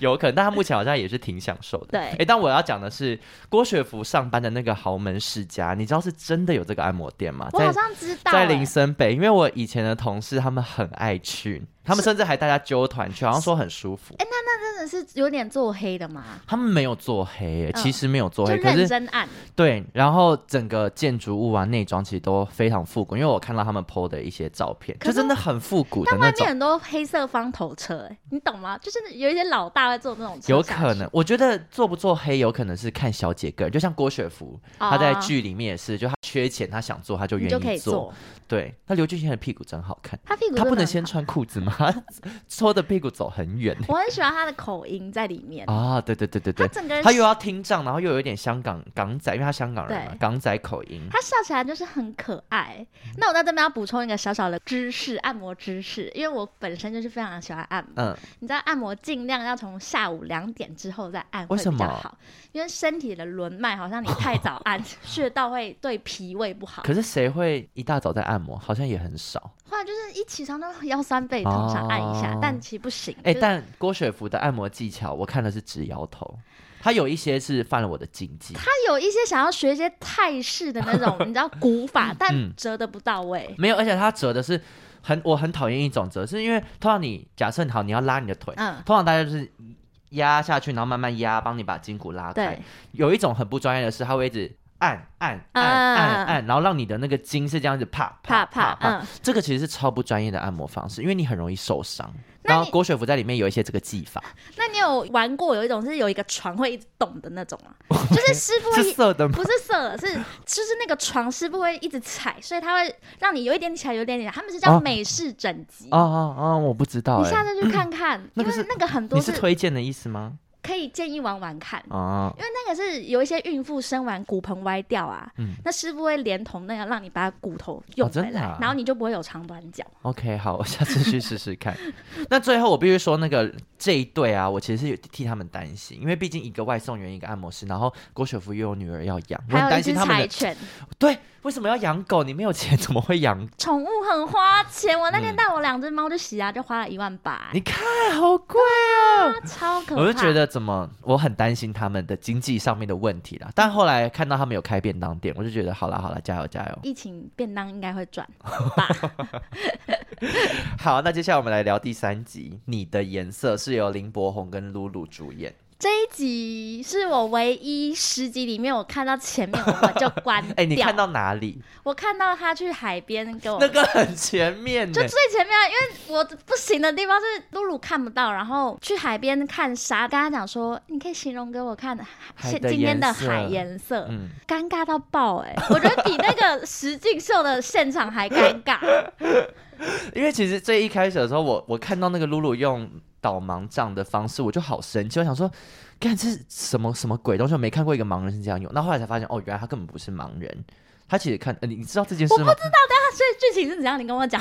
Speaker 1: 有可能，但他目前好像也是挺享受的。
Speaker 2: 对
Speaker 1: 哎，但我要讲的是郭雪芙上班的那个豪门世家，你知道是真的有这个按摩店吗？
Speaker 2: 我
Speaker 1: 在
Speaker 2: 好像知道、
Speaker 1: 在
Speaker 2: 欸，
Speaker 1: 林森北，因为我以前的同事他们很爱去，他们甚至还大家揪团去，好像说很舒服。
Speaker 2: 真的们是有点做黑的嘛，
Speaker 1: 他们没有做黑、
Speaker 2: 嗯
Speaker 1: 其实没有做
Speaker 2: 就
Speaker 1: 黑，可
Speaker 2: 认
Speaker 1: 是
Speaker 2: 真按，
Speaker 1: 对，然后整个建筑物啊、内装其实都非常复古，因为我看到他们 PO 的一些照片，
Speaker 2: 可
Speaker 1: 就是真的很复古的
Speaker 2: 但
Speaker 1: 那
Speaker 2: 外面
Speaker 1: 种。
Speaker 2: 很多黑色方头车、欸，你懂吗？就是有一些老大会做那种车
Speaker 1: 有
Speaker 2: 下
Speaker 1: 可
Speaker 2: 去
Speaker 1: 能，我觉得做不做黑，有可能是看小姐个人，就像郭雪芙，她在
Speaker 2: 哦
Speaker 1: 剧里面也是，就她缺钱，她想做，她就
Speaker 2: 你
Speaker 1: 愿
Speaker 2: 就可以
Speaker 1: 意
Speaker 2: 做。
Speaker 1: 对，那刘俊贤的屁股真好看，
Speaker 2: 他屁股
Speaker 1: 她
Speaker 2: 真
Speaker 1: 不
Speaker 2: 的
Speaker 1: 能
Speaker 2: 很
Speaker 1: 先
Speaker 2: 好，
Speaker 1: 穿裤子吗？ 搓的屁股走很远
Speaker 2: 我很喜欢他的口音在里面，
Speaker 1: 啊！对对对对
Speaker 2: 他
Speaker 1: 对，
Speaker 2: 整个人
Speaker 1: 她又要听障，然后又有一点香港港仔，因为她香港人嘛
Speaker 2: 对，
Speaker 1: 港仔口音。
Speaker 2: 他笑起来就是很可爱。
Speaker 1: 嗯
Speaker 2: 那我在这边要补充一个小小的知识，按摩知识，因为我本身就是非常喜欢按摩。
Speaker 1: 嗯，
Speaker 2: 你知道按摩尽量要从下午两点之后再按会
Speaker 1: 为什
Speaker 2: 比较
Speaker 1: 么哦
Speaker 2: 好，因为身体的轮脉好像你太早按穴道会对脾胃不好。
Speaker 1: 可是谁会一大早在按摩？好像也很少。
Speaker 2: 后来就是一起床都腰酸背痛，想按一下，
Speaker 1: 哦
Speaker 2: 但其实不行。
Speaker 1: 哎、
Speaker 2: 就是
Speaker 1: 但郭雪芙的按摩技巧，我看的是直摇头，她有一些是犯了我的禁忌。
Speaker 2: 他有一些想要学一些泰式的那种，你知道古
Speaker 1: 嗯
Speaker 2: 法，但折得不到位。
Speaker 1: 没有，而且它折的是很，我很讨厌一种折，是因为通常你假设好你要拉你的腿，
Speaker 2: 嗯，
Speaker 1: 通常大家就是压下去，然后慢慢压，帮你把筋骨拉开
Speaker 2: 对。，
Speaker 1: 有一种很不专业的是，它会一直按按按
Speaker 2: 嗯
Speaker 1: 按按，然后让你的那个筋是这样子啪
Speaker 2: 怕
Speaker 1: 啪
Speaker 2: 怕，
Speaker 1: 啪。
Speaker 2: 嗯，
Speaker 1: 这个其实是超不专业的按摩方式，因为你很容易受伤。
Speaker 2: 那你
Speaker 1: 然后郭雪芙在里面有一些这个技法，
Speaker 2: 那你有玩过有一种是有一个床会一直动的那种 吗？就是师傅
Speaker 1: 是
Speaker 2: 会。
Speaker 1: 色的吗？
Speaker 2: 不是射了，是就是那个床师傅会一直踩，所以他会让你有一点起来，有一点起来。他们是叫
Speaker 1: 哦
Speaker 2: 美式整脊，
Speaker 1: 哦哦哦，我不知道
Speaker 2: 你
Speaker 1: 哎、
Speaker 2: 下次去看看，
Speaker 1: 那个
Speaker 2: 因为
Speaker 1: 是
Speaker 2: 那个很多
Speaker 1: 你是推荐的意思吗？
Speaker 2: 可以建议玩玩看。
Speaker 1: 哦，
Speaker 2: 因为那个是有一些孕妇生完骨盆歪掉啊，
Speaker 1: 嗯
Speaker 2: 那师傅会连同那个让你把骨头用
Speaker 1: 哦真
Speaker 2: 回
Speaker 1: 的
Speaker 2: 来，
Speaker 1: 啊
Speaker 2: 然后你就不会有长短脚。
Speaker 1: OK，好，我下次去试试看。那最后我必须说，那个这一对啊，我其实是有替他们担心，因为毕竟一个外送员，一个按摩师，然后郭雪芙又有女儿要养，我
Speaker 2: 还
Speaker 1: 很
Speaker 2: 有一
Speaker 1: 担
Speaker 2: 只
Speaker 1: 心他们
Speaker 2: 柴
Speaker 1: 的。
Speaker 2: 犬，
Speaker 1: 对，为什么要养狗？你没有钱怎么会养？
Speaker 2: 宠物很花钱。我那
Speaker 1: 嗯
Speaker 2: 天带我两只猫去洗牙，就花了一万八、
Speaker 1: 你看，好贵啊！
Speaker 2: 超可怕。
Speaker 1: 我就觉得怎么，我很担心他们的经济上面的问题啦。但后来看到他们有开便当店，我就觉得好啦好啦，加油加油。
Speaker 2: 疫情便当应该会赚吧？
Speaker 1: 好，那接下来我们来聊第三集《你的颜色》，是由林柏宏跟露露主演。
Speaker 2: 这一集是我唯一十集里面我看到前面我就关掉。
Speaker 1: 哎、你看到哪里？
Speaker 2: 我看到他去海边给我
Speaker 1: 那个很前面呢、
Speaker 2: 就最前面啊，因为我不行的地方是露露看不到，然后去海边看沙，跟他讲说，你可以形容给我看
Speaker 1: 海
Speaker 2: 现
Speaker 1: 的
Speaker 2: 今天的
Speaker 1: 颜色
Speaker 2: 海颜色，
Speaker 1: 嗯，
Speaker 2: 尴尬到爆哎、我觉得比那个石敬秀的现场还尴 尬，
Speaker 1: 因为其实最一开始的时候，我我看到那个露露用导盲杖的方式，我就好生气，我想说，干这是什么什么鬼东西？我没看过一个盲人是这样用。那后来才发现，哦，原来他根本不是盲人。他其实看，呃、你你知道这件事吗？
Speaker 2: 那所以剧情是怎样？你跟我讲，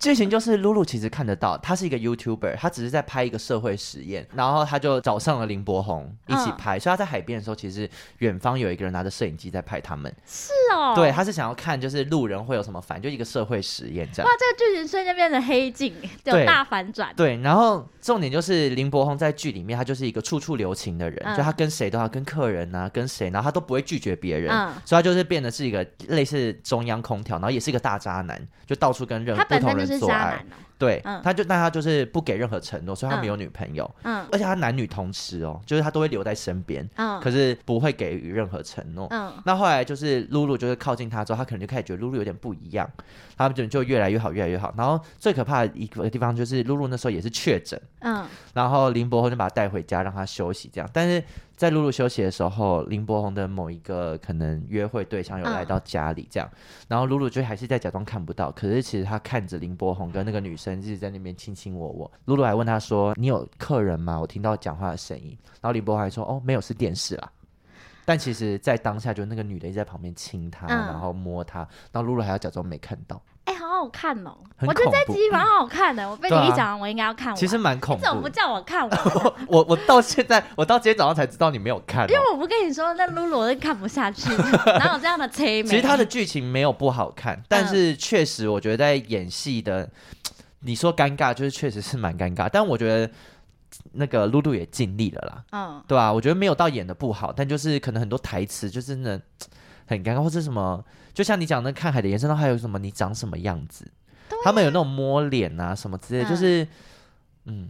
Speaker 1: 剧情就是露露其实看得到，她是一个 YouTuber，她只是在拍一个社会实验，然后她就找上了林柏宏一起
Speaker 2: 嗯
Speaker 1: 拍，所以她在海边的时候，其实远方有一个人拿着摄影机在拍他们，
Speaker 2: 是哦，
Speaker 1: 对，他是想要看就是路人会有什么反，就一个社会实验这样
Speaker 2: 哇。，这个剧情瞬间变成黑镜，有
Speaker 1: 对
Speaker 2: 大反转，
Speaker 1: 对，然后重点就是林柏宏在剧里面，他就是一个处处留情的人，
Speaker 2: 嗯
Speaker 1: 就他跟谁都要跟客人啊，跟谁，然后他都不会拒绝别人，
Speaker 2: 嗯
Speaker 1: 所以他就是变得是一个类似中央空调，然后也是一个大渣男，就到处跟任
Speaker 2: 他
Speaker 1: 不
Speaker 2: 本
Speaker 1: 同
Speaker 2: 身就
Speaker 1: 人
Speaker 2: 是
Speaker 1: 做
Speaker 2: 渣
Speaker 1: 爱
Speaker 2: 男。哦、
Speaker 1: 对，
Speaker 2: 嗯
Speaker 1: 他就但他就是不给任何承诺，所以
Speaker 2: 嗯
Speaker 1: 他没有女朋友，
Speaker 2: 嗯
Speaker 1: 而且他男女通吃哦，就是他都会留在身边，
Speaker 2: 嗯
Speaker 1: 可是不会给予任何承诺。
Speaker 2: 嗯，
Speaker 1: 那后来就是露露，就是靠近他之后，他可能就开始觉得露露有点不一样，他们就就越来越好，越来越好。然后最可怕的一个地方就是露露那时候也是确诊，
Speaker 2: 嗯，
Speaker 1: 然后林柏宏就把他带回家让他休息，这样。但是在露露休息的时候，林柏宏的某一个可能约会对象有
Speaker 2: 嗯
Speaker 1: 来到家里，这样，然后露露就还是在假装看不到，可是其实她看着林柏宏跟那个女生一直在那边卿卿我我。露露还问他说：“你有客人吗？我听到讲话的声音。”然后林柏宏还说：“哦，没有，是电视啦。”但其实，在当下，就那个女的一直在旁边亲他，
Speaker 2: 嗯
Speaker 1: 然后摸他，然后露露还要假装没看到，
Speaker 2: 哎、好好看哦，
Speaker 1: 很
Speaker 2: 我觉得这
Speaker 1: 恐怖
Speaker 2: 集蛮好看的，我被你
Speaker 1: 对啊
Speaker 2: 一讲，我应该要看完。
Speaker 1: 其实蛮恐
Speaker 2: 你怎么不
Speaker 1: 怖的。
Speaker 2: 叫我看完？
Speaker 1: 我我到现在，我到今天早上才知道你没有看、哦。
Speaker 2: 因为我不跟你说，那露露我是看不下去， 哪有这样的催眉？
Speaker 1: 其实他的剧情没有嗯不好看，但是确实我觉得在演戏的，你说尴尬，就是确实是蛮尴尬。但我觉得那个露露也尽力了啦，
Speaker 2: 嗯，
Speaker 1: 对吧、我觉得没有到演的不好，但就是可能很多台词就真的很尴尬，或是什么，就像你讲的看海的延伸，还有什么你长什么样子，
Speaker 2: 对啊
Speaker 1: 嗯他们有那种摸脸啊什么之类的，
Speaker 2: 嗯
Speaker 1: 就是嗯，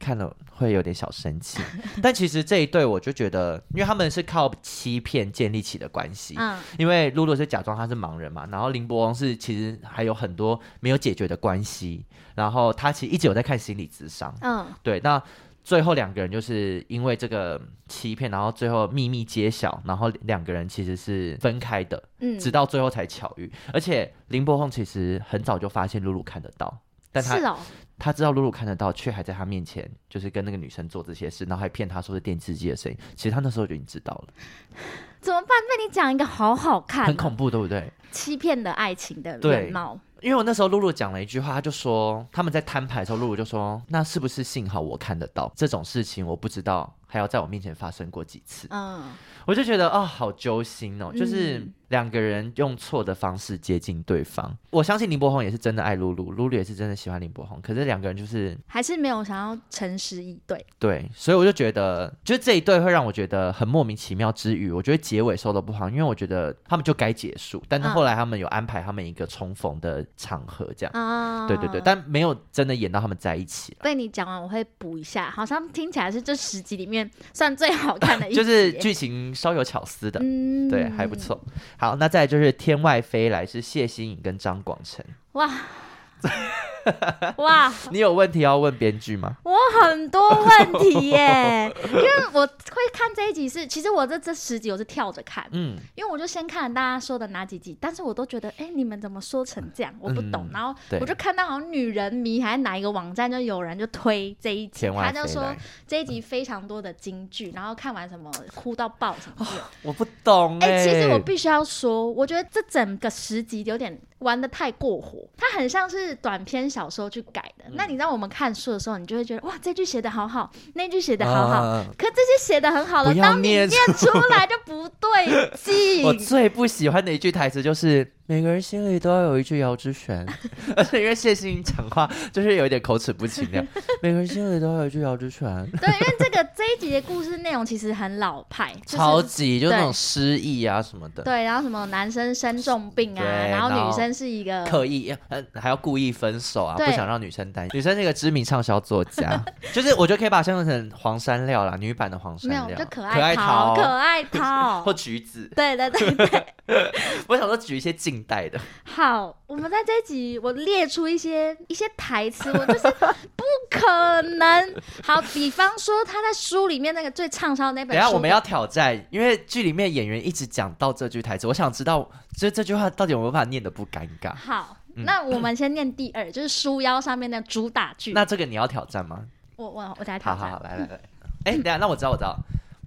Speaker 1: 看了会有点小生气。 但其实这一对，我就觉得，因为他们是靠欺骗建立起的关系。
Speaker 2: 嗯，
Speaker 1: 因为露露是假装他是盲人嘛，然后林柏宏是其实还有很多没有解决的关系，然后他其实一直有在看心理咨商。
Speaker 2: 嗯，
Speaker 1: 对，那最后两个人就是因为这个欺骗，然后最后秘密揭晓，然后两个人其实是分开的，
Speaker 2: 嗯，
Speaker 1: 直到最后才巧遇。而且林柏宏其实很早就发现露露看得到，但他
Speaker 2: 是哦，
Speaker 1: 他知道露露看得到，却还在他面前就是跟那个女生做这些事，然后还骗他说是电视机的声音。其实他那时候就已经知道了，
Speaker 2: 怎么办？被你讲一个好好看、
Speaker 1: 很恐怖，对不对？
Speaker 2: 欺骗的爱情的哦
Speaker 1: 对
Speaker 2: 面貌，
Speaker 1: 因为我那时候露露讲了一句话，她就说他们在摊牌的时候，露露就说：“那是不是幸好我看得到这种事情？我不知道还要在我面前发生过几次。
Speaker 2: 嗯，
Speaker 1: 我就觉得啊、好揪心哦，就是
Speaker 2: 嗯
Speaker 1: 两个人用错的方式接近对方。我相信林柏宏也是真的爱露露，露露也是真的喜欢林柏宏，可是两个人就是
Speaker 2: 还是没有想要诚实以对。
Speaker 1: 对，所以我就觉得，就是这一对会让我觉得很莫名其妙之余，我觉得结尾收的不好，因为我觉得他们就该结束，但是
Speaker 2: 嗯
Speaker 1: 后来他们有安排他们一个重逢的场合，这样。
Speaker 2: 啊，
Speaker 1: 对对对，但没有真的演到他们在一起啊，
Speaker 2: 被你讲完，我会补一下，好像听起来是这十集里面算最好看的一集，
Speaker 1: 就是剧情稍有巧思的，
Speaker 2: 嗯
Speaker 1: 对，还不。错。好，那再来就是《天外飞来》是谢欣颖跟张广成，
Speaker 2: 哇哇，
Speaker 1: 你有问题要问编剧吗？
Speaker 2: 我很多问题 耶，因为我会看这一集是，其实我这这十集我是跳着看，
Speaker 1: 嗯，
Speaker 2: 因为我就先看了大家说的哪几集，但是我都觉得，哎、你们怎么说成这样？我不懂。
Speaker 1: 嗯
Speaker 2: 然后
Speaker 1: 对
Speaker 2: 我就看到好像女人迷还是哪一个网站，就有人就推这一集，
Speaker 1: 天
Speaker 2: 他
Speaker 1: 外
Speaker 2: 就
Speaker 1: 飞
Speaker 2: 说
Speaker 1: 来，
Speaker 2: 这一集非常多的金句，然后看完什么哭到爆什么的。
Speaker 1: 我不懂
Speaker 2: 哎、
Speaker 1: 哎、
Speaker 2: 其实我必须要说，我觉得这整个十集有点玩的太过火，它很像是短篇小说去改的。
Speaker 1: 嗯
Speaker 2: 那你让我们看书的时候，你就会觉得哇，这句写的好好，那句写的好好。
Speaker 1: 啊
Speaker 2: 可这些写的很好的，
Speaker 1: 不要
Speaker 2: 当你
Speaker 1: 念
Speaker 2: 念出来就不对
Speaker 1: 我
Speaker 2: 劲。
Speaker 1: 最不喜欢的一句台词就是“每个人心里都要有一句姚之璇”， 而且因为谢欣颖讲话就是有一点口齿不清的，“每个人心里都要有一句姚之璇
Speaker 2: 对，因为这个这一集的故事内容其实很老派，”，就是、
Speaker 1: 超级就是那种失忆啊什么的，
Speaker 2: 对，然后什么男生生重病啊，
Speaker 1: 对
Speaker 2: 然后
Speaker 1: 然后
Speaker 2: 女生是一个
Speaker 1: 刻意呃还要故意分手啊，不
Speaker 2: 嗯对
Speaker 1: 想让女生担心。女生是一个知名畅销作 家，就是我觉得可以把它想象成黄山料啦，女版的黄
Speaker 2: 没有
Speaker 1: 山料，
Speaker 2: 就可
Speaker 1: 爱
Speaker 2: 爱桃，可爱桃
Speaker 1: 或，橘子，
Speaker 2: 对对对对。
Speaker 1: 我想说举一些近代的，
Speaker 2: 好，我们在这一集我列出一些一些台词，我就是 不可能。好，比方说他在书里面那个最畅销的那本
Speaker 1: 等
Speaker 2: 书，
Speaker 1: 一下我们要挑战，因为剧里面演员一直讲到这句台词，我想知道这这句话到底有没有办法念得不尴尬？
Speaker 2: 好。
Speaker 1: 嗯
Speaker 2: 那我们先念第二，就是书腰上面的主打句。
Speaker 1: 那这个你要挑战吗？
Speaker 2: 我我我再挑
Speaker 1: 好
Speaker 2: 战。
Speaker 1: 好好，来来来，哎、等一下，那我知道，我知道，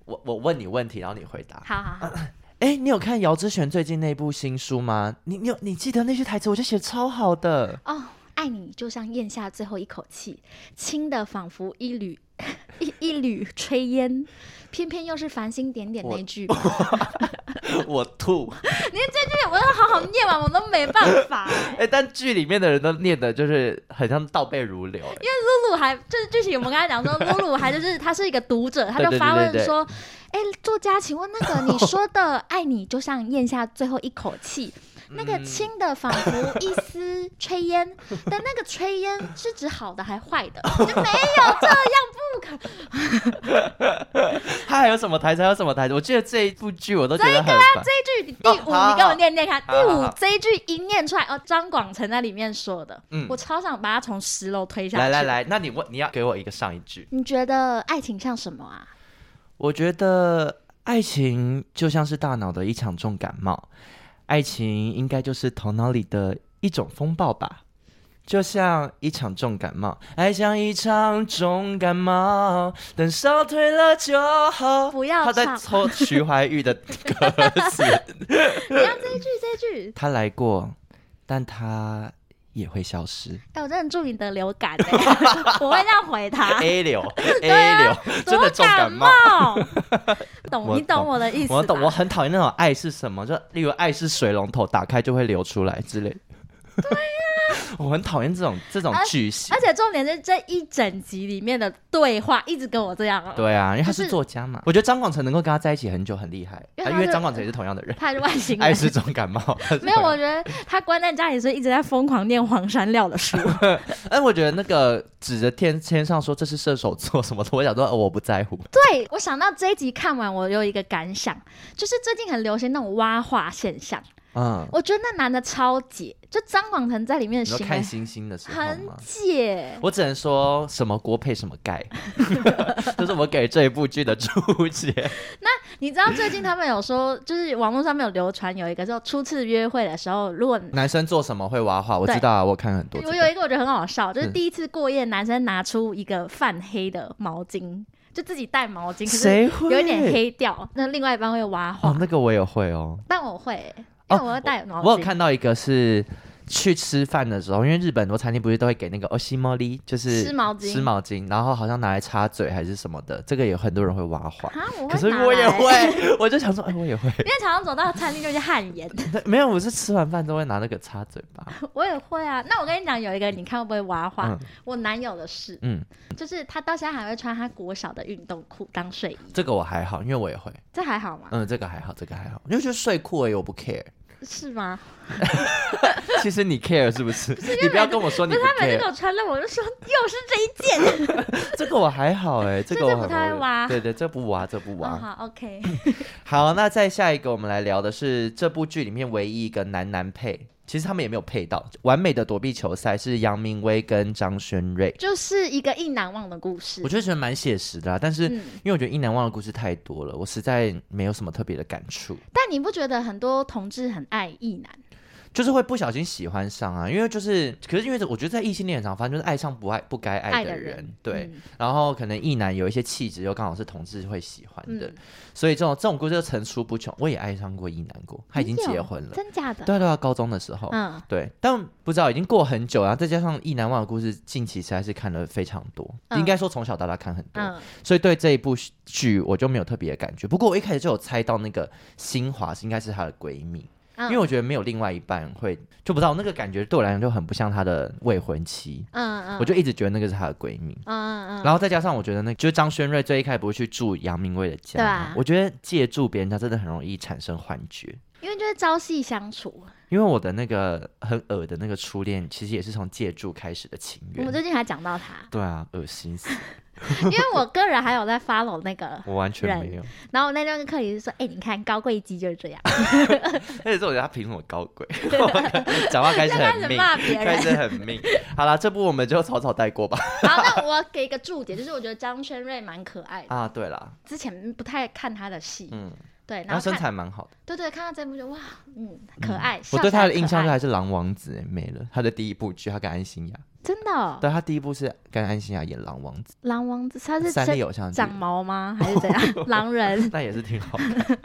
Speaker 1: 我我问你问题，然后你回答。
Speaker 2: 好好 好
Speaker 1: 哎、你有看姚之璇最近那部新书吗？你你有你记得那句台词，我就写得超好的。
Speaker 2: 哦，爱你就像咽下最后一口气，轻的仿佛一缕 一一缕炊烟，偏偏又是繁星点点那句。 对，
Speaker 1: 我吐。
Speaker 2: 我要好好念完，我都没办法。
Speaker 1: 哎、但剧里面的人都念的就是很像倒背如流、哎
Speaker 2: 露露还就是剧情，我们刚才讲 说，露露还就是她是一个读者，她就发问说：“哎、作家，请问那个你说的爱你就像咽下最后一口 气，那
Speaker 1: 嗯
Speaker 2: 个轻的仿佛一丝炊烟，但那个炊烟是指好的还坏的？就没有这样不可，
Speaker 1: 他还有什么台词？还有什么台词？我记得这一部剧我都觉得很烦。
Speaker 2: 这一句第五，
Speaker 1: 哦好好
Speaker 2: 你给我念念看。
Speaker 1: 好好
Speaker 2: 第五
Speaker 1: 好
Speaker 2: 这一句一念出来，哦，张广成在里面说的，
Speaker 1: 嗯
Speaker 2: 我超想把他从十楼推下去。
Speaker 1: 来来，来，那你问你要给我一个上一句。
Speaker 2: 你觉得爱情像什么啊？
Speaker 1: 我觉得爱情就像是大脑的一场重感冒，爱情应该就是头脑里的一种风暴吧，就像一场重感冒，爱像一场重感冒，等烧退了就好。
Speaker 2: 不要
Speaker 1: 他在
Speaker 2: 唱
Speaker 1: 抽徐怀钰的歌词，
Speaker 2: 你要这一句，这一句，
Speaker 1: 他来过，但他也会消 失。
Speaker 2: 哎、我真的祝你得流感、欸， 我会这样回 他。
Speaker 1: 哎 A 流，A
Speaker 2: 啊
Speaker 1: 流，真的重感冒。
Speaker 2: 多感冒 懂
Speaker 1: 我
Speaker 2: 你懂我的意思吧？
Speaker 1: 我懂，我很讨厌那种爱是什么，就例如爱是水龙头打开就会流出来之类。 我很讨厌这种这种
Speaker 2: 而
Speaker 1: 句型
Speaker 2: 而。且重点是这一整集里面的对话一直跟我这样，哦
Speaker 1: 对啊，因为他
Speaker 2: 就是
Speaker 1: 是作家嘛。我觉得张广成能够跟他在一起很久很厉害，
Speaker 2: 因为
Speaker 1: 啊
Speaker 2: 他
Speaker 1: 因为
Speaker 2: 是
Speaker 1: 张广成也是同样的人，
Speaker 2: 他是外星
Speaker 1: 爱
Speaker 2: 人。
Speaker 1: 是重感冒。他是
Speaker 2: 没有，
Speaker 1: 同样
Speaker 2: 我觉得他关在家里是一直在疯狂念黄山料的书。
Speaker 1: 哎，我觉得那个指着天天上说这是射手座什么的，我想说、哦我不在乎。
Speaker 2: 对，我想到这一集看完，我有一个感想，就是最近很流行那种蛙化现象，
Speaker 1: 嗯，
Speaker 2: 我觉得那男的超解，就张广腾在里面的
Speaker 1: 你说
Speaker 2: 行
Speaker 1: 看
Speaker 2: 为
Speaker 1: 星星的时候
Speaker 2: 很
Speaker 1: 吗？
Speaker 2: 解。
Speaker 1: 我只能说什么锅配什么 盖，这是我给这一部剧的注解。
Speaker 2: 你知道最近他们有说，就是网络上面有流传有一个说初次约会的时候，如果
Speaker 1: 男生做什么会挖话，我
Speaker 2: 对
Speaker 1: 知道啊，我看很多、这
Speaker 2: 我
Speaker 1: 个
Speaker 2: 有一个我觉得很好笑，就是
Speaker 1: 嗯
Speaker 2: 第一次过夜，男生拿出一个泛黑的毛巾，就自己带毛巾，可是
Speaker 1: 谁会
Speaker 2: 有一点？黑掉，那另外一半会挖花。
Speaker 1: 哦，那个我也会哦。
Speaker 2: 但我会欸，因
Speaker 1: 哦
Speaker 2: 为我会带毛巾。
Speaker 1: 我有看到一个是去吃饭的时候，因为日本很多餐厅不是都会给那个欧西莫利，就是
Speaker 2: 湿毛巾
Speaker 1: 湿毛巾，然后好像拿来擦嘴还是什么的，这个也很多人会挖花。
Speaker 2: 啊，我
Speaker 1: 哦可
Speaker 2: 会
Speaker 1: 是
Speaker 2: 拿
Speaker 1: 我也
Speaker 2: 来，
Speaker 1: 会，我就想说，哎，我也会。
Speaker 2: 因为常常走到餐厅就是汗颜。
Speaker 1: 那没有，我是吃完饭都会拿那个擦嘴巴。
Speaker 2: 我也会啊。那我跟你讲，有一个你看会不会挖花？
Speaker 1: 嗯
Speaker 2: 我男友的事，
Speaker 1: 嗯，
Speaker 2: 就是他到现在还会穿他国小的运动裤当睡衣，
Speaker 1: 这个我还好，因为我也会。
Speaker 2: 这还好吗？
Speaker 1: 嗯，这个还好，这个还好，因为就是睡裤而已，我不 care。
Speaker 2: 是吗？
Speaker 1: 其实你 care 是不是？你不要跟我说你
Speaker 2: 不
Speaker 1: 不
Speaker 2: 是他每次
Speaker 1: care
Speaker 2: 给。我穿了，我就说又是这一件。
Speaker 1: 这个我还好哎、这
Speaker 2: 这
Speaker 1: 个我
Speaker 2: 不
Speaker 1: 很
Speaker 2: 太会
Speaker 1: 容易
Speaker 2: 挖
Speaker 1: 对对，这不挖，这不挖。
Speaker 2: 哦、好，OK。
Speaker 1: 好，那再下一个，我们来聊的是这部剧里面唯一一个男男配，其实他们也没有配到完美的躲避球赛，是杨明威跟张轩瑞。
Speaker 2: 就是一个意难忘的故事
Speaker 1: 我。就觉得蛮写实的、啊，但是
Speaker 2: 嗯
Speaker 1: 因为我觉得一难忘的故事太多了，我实在没有什么特别的感触，
Speaker 2: 但你不觉得很多同志很爱意难？
Speaker 1: 就是会不小心喜欢上啊，因为就是，可是因为我觉得在异性恋很常发生，就是爱上不爱不该爱
Speaker 2: 爱
Speaker 1: 的
Speaker 2: 的
Speaker 1: 人，
Speaker 2: 人
Speaker 1: 对，
Speaker 2: 嗯
Speaker 1: 然后可能异男有一些气质又刚好是同志会喜欢的，
Speaker 2: 嗯
Speaker 1: 所以这种这种故事就层出不穷。我也爱上过异男过，他已经
Speaker 2: 你有
Speaker 1: 结婚了，
Speaker 2: 真假的？
Speaker 1: 对啊对啊，高中的时候，
Speaker 2: 嗯，
Speaker 1: 对，但不知道已经过很久，然后再加上《意难忘》的故事，近期实在是看了非常多，
Speaker 2: 嗯
Speaker 1: 应该说从小到大看很多，
Speaker 2: 嗯
Speaker 1: 所以对这一部剧我就没有特别的感觉。不过我一开始就有猜到那个新华是应该是她的闺蜜，
Speaker 2: 嗯，
Speaker 1: 因为我觉得没有另外一半会就不知道那个感觉对我来讲就很不像她的未婚妻，
Speaker 2: 嗯嗯，
Speaker 1: 我就一直觉得那个是她的闺蜜。
Speaker 2: 嗯嗯嗯，
Speaker 1: 然后再加上我觉得那就是张轩瑞最一开始不是去住杨明威的家
Speaker 2: 对
Speaker 1: 吗，
Speaker 2: 啊
Speaker 1: 我觉得借住别人家真的很容易产生幻觉。
Speaker 2: 因为就是朝夕相处。
Speaker 1: 因为我的那个很恶的那个初恋，其实也是从借助开始的情
Speaker 2: 我们
Speaker 1: 缘。
Speaker 2: 最近还讲到
Speaker 1: ，
Speaker 2: 他
Speaker 1: 对啊，恶心死！
Speaker 2: 因为我个人还有在 follow 那个，
Speaker 1: 我完全没有，
Speaker 2: 然后我那天跟克里斯说，哎、你看高贵鸡就是这 样，
Speaker 1: 而且是我觉得他凭什么高 贵？讲话开始
Speaker 2: 就开始
Speaker 1: 很命，
Speaker 2: 骂别
Speaker 1: 开
Speaker 2: 人。
Speaker 1: 始很命。好啦，这部我们就草草带过吧。
Speaker 2: 好，那我给一个注解，就是我觉得张轩瑞蛮可爱的，
Speaker 1: 啊，对啦，
Speaker 2: 之前不太看他的戏，
Speaker 1: 嗯，
Speaker 2: 对，
Speaker 1: 然
Speaker 2: 然
Speaker 1: 后
Speaker 2: 后
Speaker 1: 身
Speaker 2: 看，
Speaker 1: 材蛮好的。
Speaker 2: 对对，看到这部就哇，嗯，可爱。
Speaker 1: 我对他的印
Speaker 2: 笑
Speaker 1: 象
Speaker 2: 起来可
Speaker 1: 就
Speaker 2: 爱
Speaker 1: 还是《狼王子》欸没了。他的第一部剧，他跟安心亚，
Speaker 2: 真的、哦，
Speaker 1: 对他第一部是跟安心亚演《狼王子
Speaker 2: 狼王子，他》，是
Speaker 1: 三嗯
Speaker 2: 真
Speaker 1: 类偶像剧，
Speaker 2: 长毛吗？还是怎 样？狼人？
Speaker 1: 那也是挺好看。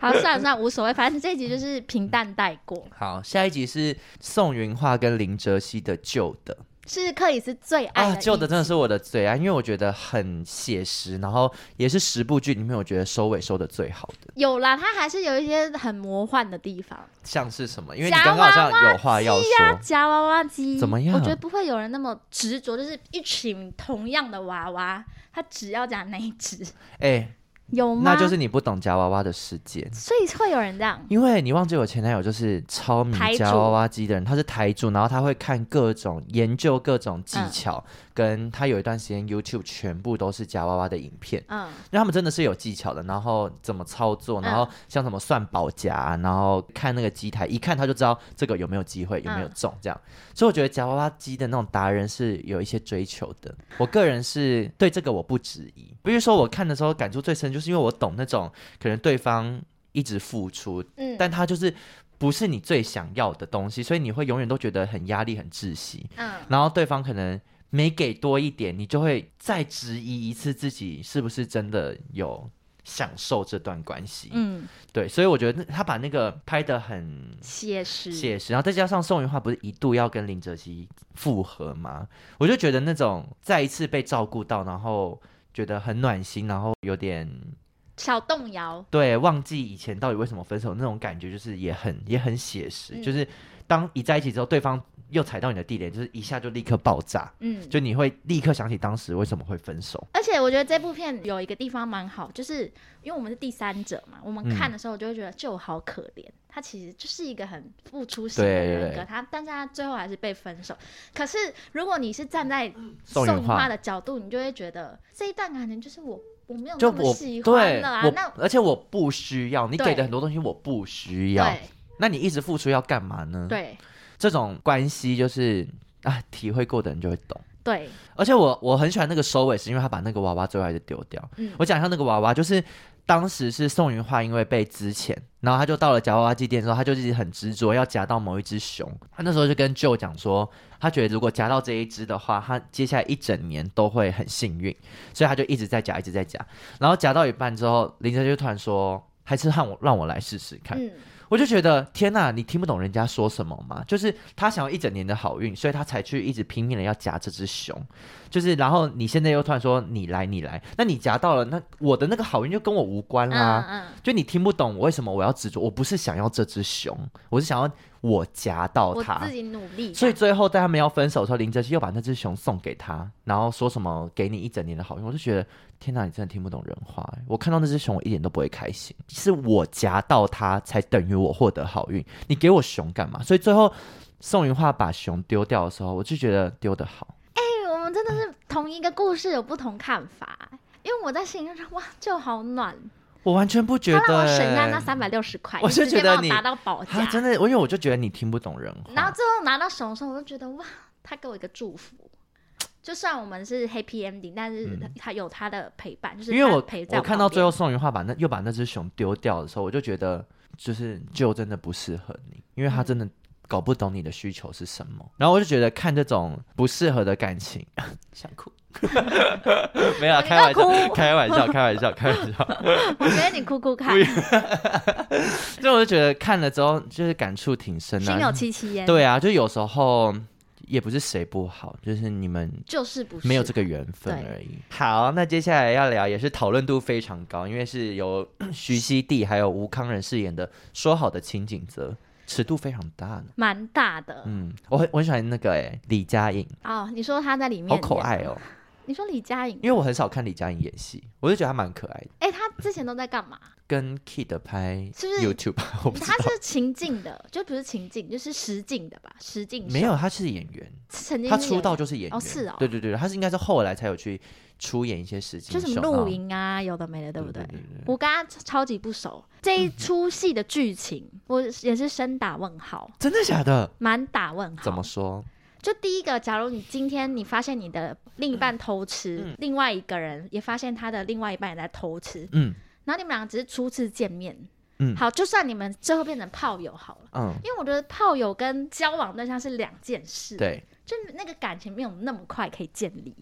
Speaker 2: 好，算了算了，无所谓，反正这一集就是平淡带 过，
Speaker 1: 好，下一集是宋云画跟林哲熙的《旧的》。
Speaker 2: 是克里斯最爱
Speaker 1: 啊，
Speaker 2: 的。
Speaker 1: 旧的真的是我的最爱，因为我觉得很写实，然后也是十部剧里面我觉得收尾收的最好的，
Speaker 2: 有啦，他还是有一些很魔幻的地方，
Speaker 1: 像是什么？因为你
Speaker 2: 夹
Speaker 1: 刚刚好像有话要说，
Speaker 2: 夹娃娃机
Speaker 1: 怎么样
Speaker 2: 我觉得不会有人那么执着，就是一群同样的娃娃，他只要夹那一只，
Speaker 1: 哎、
Speaker 2: 有吗？
Speaker 1: 那就是你不懂夹娃娃的世界。
Speaker 2: 所以会有人这样。
Speaker 1: 因为你忘记我前男友就是超迷
Speaker 2: 台
Speaker 1: 夹
Speaker 2: 主
Speaker 1: 娃娃机的人，他是台主，然后他会看各种研究各种技
Speaker 2: 嗯
Speaker 1: 巧，跟他有一段时间 YouTube 全部都是夹娃娃的影片，
Speaker 2: 嗯，
Speaker 1: 因为他们真的是有技巧的，然后怎么操作，然后像什么算保夹，然后看那个机台，一看他就知道这个有没有机会，有
Speaker 2: 嗯
Speaker 1: 没有中这样。所以我觉得夹娃娃机的那种达人是有一些追求的。我个人是对这个我不质疑，比如说我看的时候感触最深，就是因为我懂那种可能对方一直付出，
Speaker 2: 嗯
Speaker 1: 但他就是不是你最想要的东西，所以你会永远都觉得很压力、很窒息。
Speaker 2: 嗯，
Speaker 1: 然后对方可能没给多一点，你就会再质疑一次自己是不是真的有享受这段关系。
Speaker 2: 嗯，
Speaker 1: 对，所以我觉得那他把那个拍的很
Speaker 2: 写实，
Speaker 1: 写实，然后再加上宋云桦不是一度要跟林哲熙复合吗？我就觉得那种再一次被照顾到，然后觉得很暖心，然后有点
Speaker 2: 小动摇，
Speaker 1: 对，忘记以前到底为什么分手那种感觉，就是也很也很写实，
Speaker 2: 嗯
Speaker 1: 就是当一在一起之后，对方又踩到你的地雷，就是一下就立刻爆炸，
Speaker 2: 嗯。哦
Speaker 1: 就你会立刻想起当时为什么会分手。
Speaker 2: 而且我觉得这部片有一个地方蛮好，就是因为我们是第三者嘛，我们看的时候就会觉得就好可怜，他其实就是一个很付出型的
Speaker 1: 对对
Speaker 2: 人
Speaker 1: 对
Speaker 2: 格，他但是他最后还是被分手。可是如果你是站在
Speaker 1: 宋
Speaker 2: 宋
Speaker 1: 芸
Speaker 2: 芸
Speaker 1: 桦
Speaker 2: 桦的角度，你就会觉得这一段感情就是我我没有
Speaker 1: 就
Speaker 2: 那么
Speaker 1: 我
Speaker 2: 喜欢
Speaker 1: 对
Speaker 2: 了
Speaker 1: 我
Speaker 2: 啊，那，
Speaker 1: 而且我不需要你
Speaker 2: 对
Speaker 1: 给的很多东西，我不需要。嗯
Speaker 2: 对
Speaker 1: 那你一直付出要干嘛呢？，
Speaker 2: 对
Speaker 1: 这种关系就是啊，体会过的人就会懂。
Speaker 2: 对，
Speaker 1: 而且我我很喜欢那个收尾，是因为他把那个娃娃最后还是丢掉。
Speaker 2: 嗯
Speaker 1: 我讲一下那个娃娃，就是当时是宋云桦因为被之前，然后他就到了夹娃娃机店之后，他就一直很执着要夹到某一只熊。他那时候就跟舅讲说，他觉得如果夹到这一只的话，他接下来一整年都会很幸运，所以他就一直在夹，一直在夹。然后夹到一半之后，林晨就突然说。还是让我让我来试试看，
Speaker 2: 嗯
Speaker 1: 我就觉得天呐，你听不懂人家说什么吗？就是他想要一整年的好运，所以他才去一直拼命的要夹这只熊，就是然后你现在又突然说你来你来，那你夹到了，那我的那个好运就跟我无关
Speaker 2: 嗯
Speaker 1: 啦、
Speaker 2: 嗯，
Speaker 1: 就你听不懂我为什么我要执着，我不是想要这只熊，我是想要我夹到
Speaker 2: 我
Speaker 1: 它。
Speaker 2: 自己努力，
Speaker 1: 所以最后在他们要分手的时候，林哲熙又把那只熊送给他，然后说什么给你一整年的好运，我就觉得天哪，你真的听不懂人话、欸我看到那只熊，我一点都不会开心，是我夹到它才等于我获得好运，你给我熊干嘛？所以最后宋云桦把熊丢掉的时候，我就觉得丢得好。
Speaker 2: 哎我们真的是同一个故事有不同看法，哎因为我在心里就说哇，就好暖，
Speaker 1: 我完全不觉
Speaker 2: 他
Speaker 1: 得、
Speaker 2: 让我省下那三百六十块，
Speaker 1: 我
Speaker 2: 你
Speaker 1: 是
Speaker 2: 直
Speaker 1: 觉
Speaker 2: 接
Speaker 1: 得
Speaker 2: 帮
Speaker 1: 你
Speaker 2: 我拿到保
Speaker 1: 他
Speaker 2: 价，
Speaker 1: 啊真的，我因为我就觉得你听不懂人
Speaker 2: 然后
Speaker 1: 话，
Speaker 2: 最后拿到手的时候，我就觉得哇，他给我一个祝福。就算我们是 happy ending，但是他有他的陪伴，就是
Speaker 1: 嗯因为
Speaker 2: 他
Speaker 1: 我
Speaker 2: 陪在
Speaker 1: 我看到
Speaker 2: 旁边
Speaker 1: 最后宋云桦把那又把那只熊丢掉的时候，我就觉得就是就真的不适合你，因为他
Speaker 2: 嗯
Speaker 1: 真的搞不懂你的需求是什么。然后我就觉得看这种不适合的感 情，想哭， 没有啊
Speaker 2: 你
Speaker 1: 开玩
Speaker 2: 不要
Speaker 1: 笑，
Speaker 2: 哭
Speaker 1: 开玩笑，开玩笑，开玩笑。
Speaker 2: 我觉得你哭哭看
Speaker 1: 不，所以我就觉得看了之后就是感触挺深的、
Speaker 2: 心有戚戚焉，
Speaker 1: 对啊，就有时候也不是谁不好，就是你们
Speaker 2: 就是不是
Speaker 1: 没有这个缘分
Speaker 2: 对
Speaker 1: 而已。好，那接下来要聊也是讨论度非常高，因为是 由徐熙娣还有吴康仁饰演的《说好的情景则》，尺度非常大呢。
Speaker 2: 蛮大的
Speaker 1: 嗯，我很我很喜欢那个哎、李佳颖，
Speaker 2: 哦。你说他在里面
Speaker 1: 好可
Speaker 2: 演
Speaker 1: 爱哦、
Speaker 2: 你说李佳颖，
Speaker 1: 因为我很少看李佳颖演戏，我就觉得她蛮可爱的。
Speaker 2: 哎、他之前都在干嘛？
Speaker 1: 跟 Kid 拍
Speaker 2: 是不是
Speaker 1: YouTube，吧 我不知
Speaker 2: 他
Speaker 1: 道。
Speaker 2: 是情境的，就不是情境，就是实境的吧？实境
Speaker 1: 没
Speaker 2: 秀
Speaker 1: 有，他是演员，
Speaker 2: 曾经
Speaker 1: 他
Speaker 2: 是
Speaker 1: 出
Speaker 2: 演
Speaker 1: 道就是演员。啊
Speaker 2: 哦是哦
Speaker 1: 对对对，他是应该是后来才有去出演一些事情，
Speaker 2: 就什么露，营啊，有的没的，对不
Speaker 1: 对
Speaker 2: 对？
Speaker 1: 对对嗯
Speaker 2: 我跟他超级不熟，这一出戏的剧情我也是深打问号，
Speaker 1: 真的假的？
Speaker 2: 满打问号。
Speaker 1: 怎么说？
Speaker 2: 就第一个，假如你今天你发现你的另一半偷吃，
Speaker 1: 嗯
Speaker 2: 另外一个人也发现他的另外一半也在偷吃，
Speaker 1: 嗯
Speaker 2: 然后你们俩只是初次见面，
Speaker 1: 嗯
Speaker 2: 好，就算你们最后变成炮友好了。
Speaker 1: 嗯，
Speaker 2: 因为我觉得炮友跟交往对象是两件事，，
Speaker 1: 对。
Speaker 2: 就那个感情没有那么快可以建立。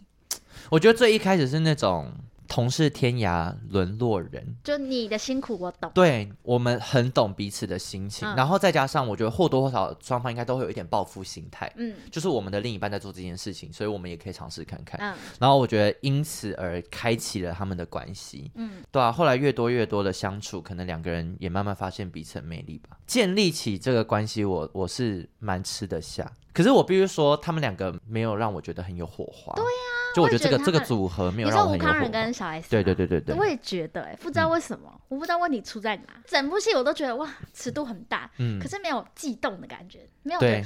Speaker 1: 我觉得最一开始是那种同是天涯沦落人，
Speaker 2: 就你的辛苦我懂，
Speaker 1: 对我们很懂彼此的心情，
Speaker 2: 嗯
Speaker 1: 然后再加上我觉得或多或少双方应该都会有一点报复心态，
Speaker 2: 嗯
Speaker 1: 就是我们的另一半在做这件事情，所以我们也可以尝试看看。
Speaker 2: 嗯
Speaker 1: 然后我觉得因此而开启了他们的关系，
Speaker 2: 嗯，
Speaker 1: 对啊，后来越多越多的相处，可能两个人也慢慢发现彼此的魅力吧。建立起这个关系我，我是蛮吃得下。可是我必须说，他们两个没有让我觉得很有火花。对呀、就我觉得这个
Speaker 2: 啊我也觉得他们
Speaker 1: 这个组合没
Speaker 2: 你
Speaker 1: 有让
Speaker 2: 说
Speaker 1: 我
Speaker 2: 吴
Speaker 1: 很有火
Speaker 2: 康
Speaker 1: 花
Speaker 2: 仁。跟小 S，
Speaker 1: 对
Speaker 2: 吗
Speaker 1: 对对对嗯对
Speaker 2: 我，也觉得、哎，不知道为什么，我不知道问题出在哪。整部戏我都觉得哇，尺度很大，
Speaker 1: 嗯
Speaker 2: 可，是没有悸动的感觉，没有
Speaker 1: 对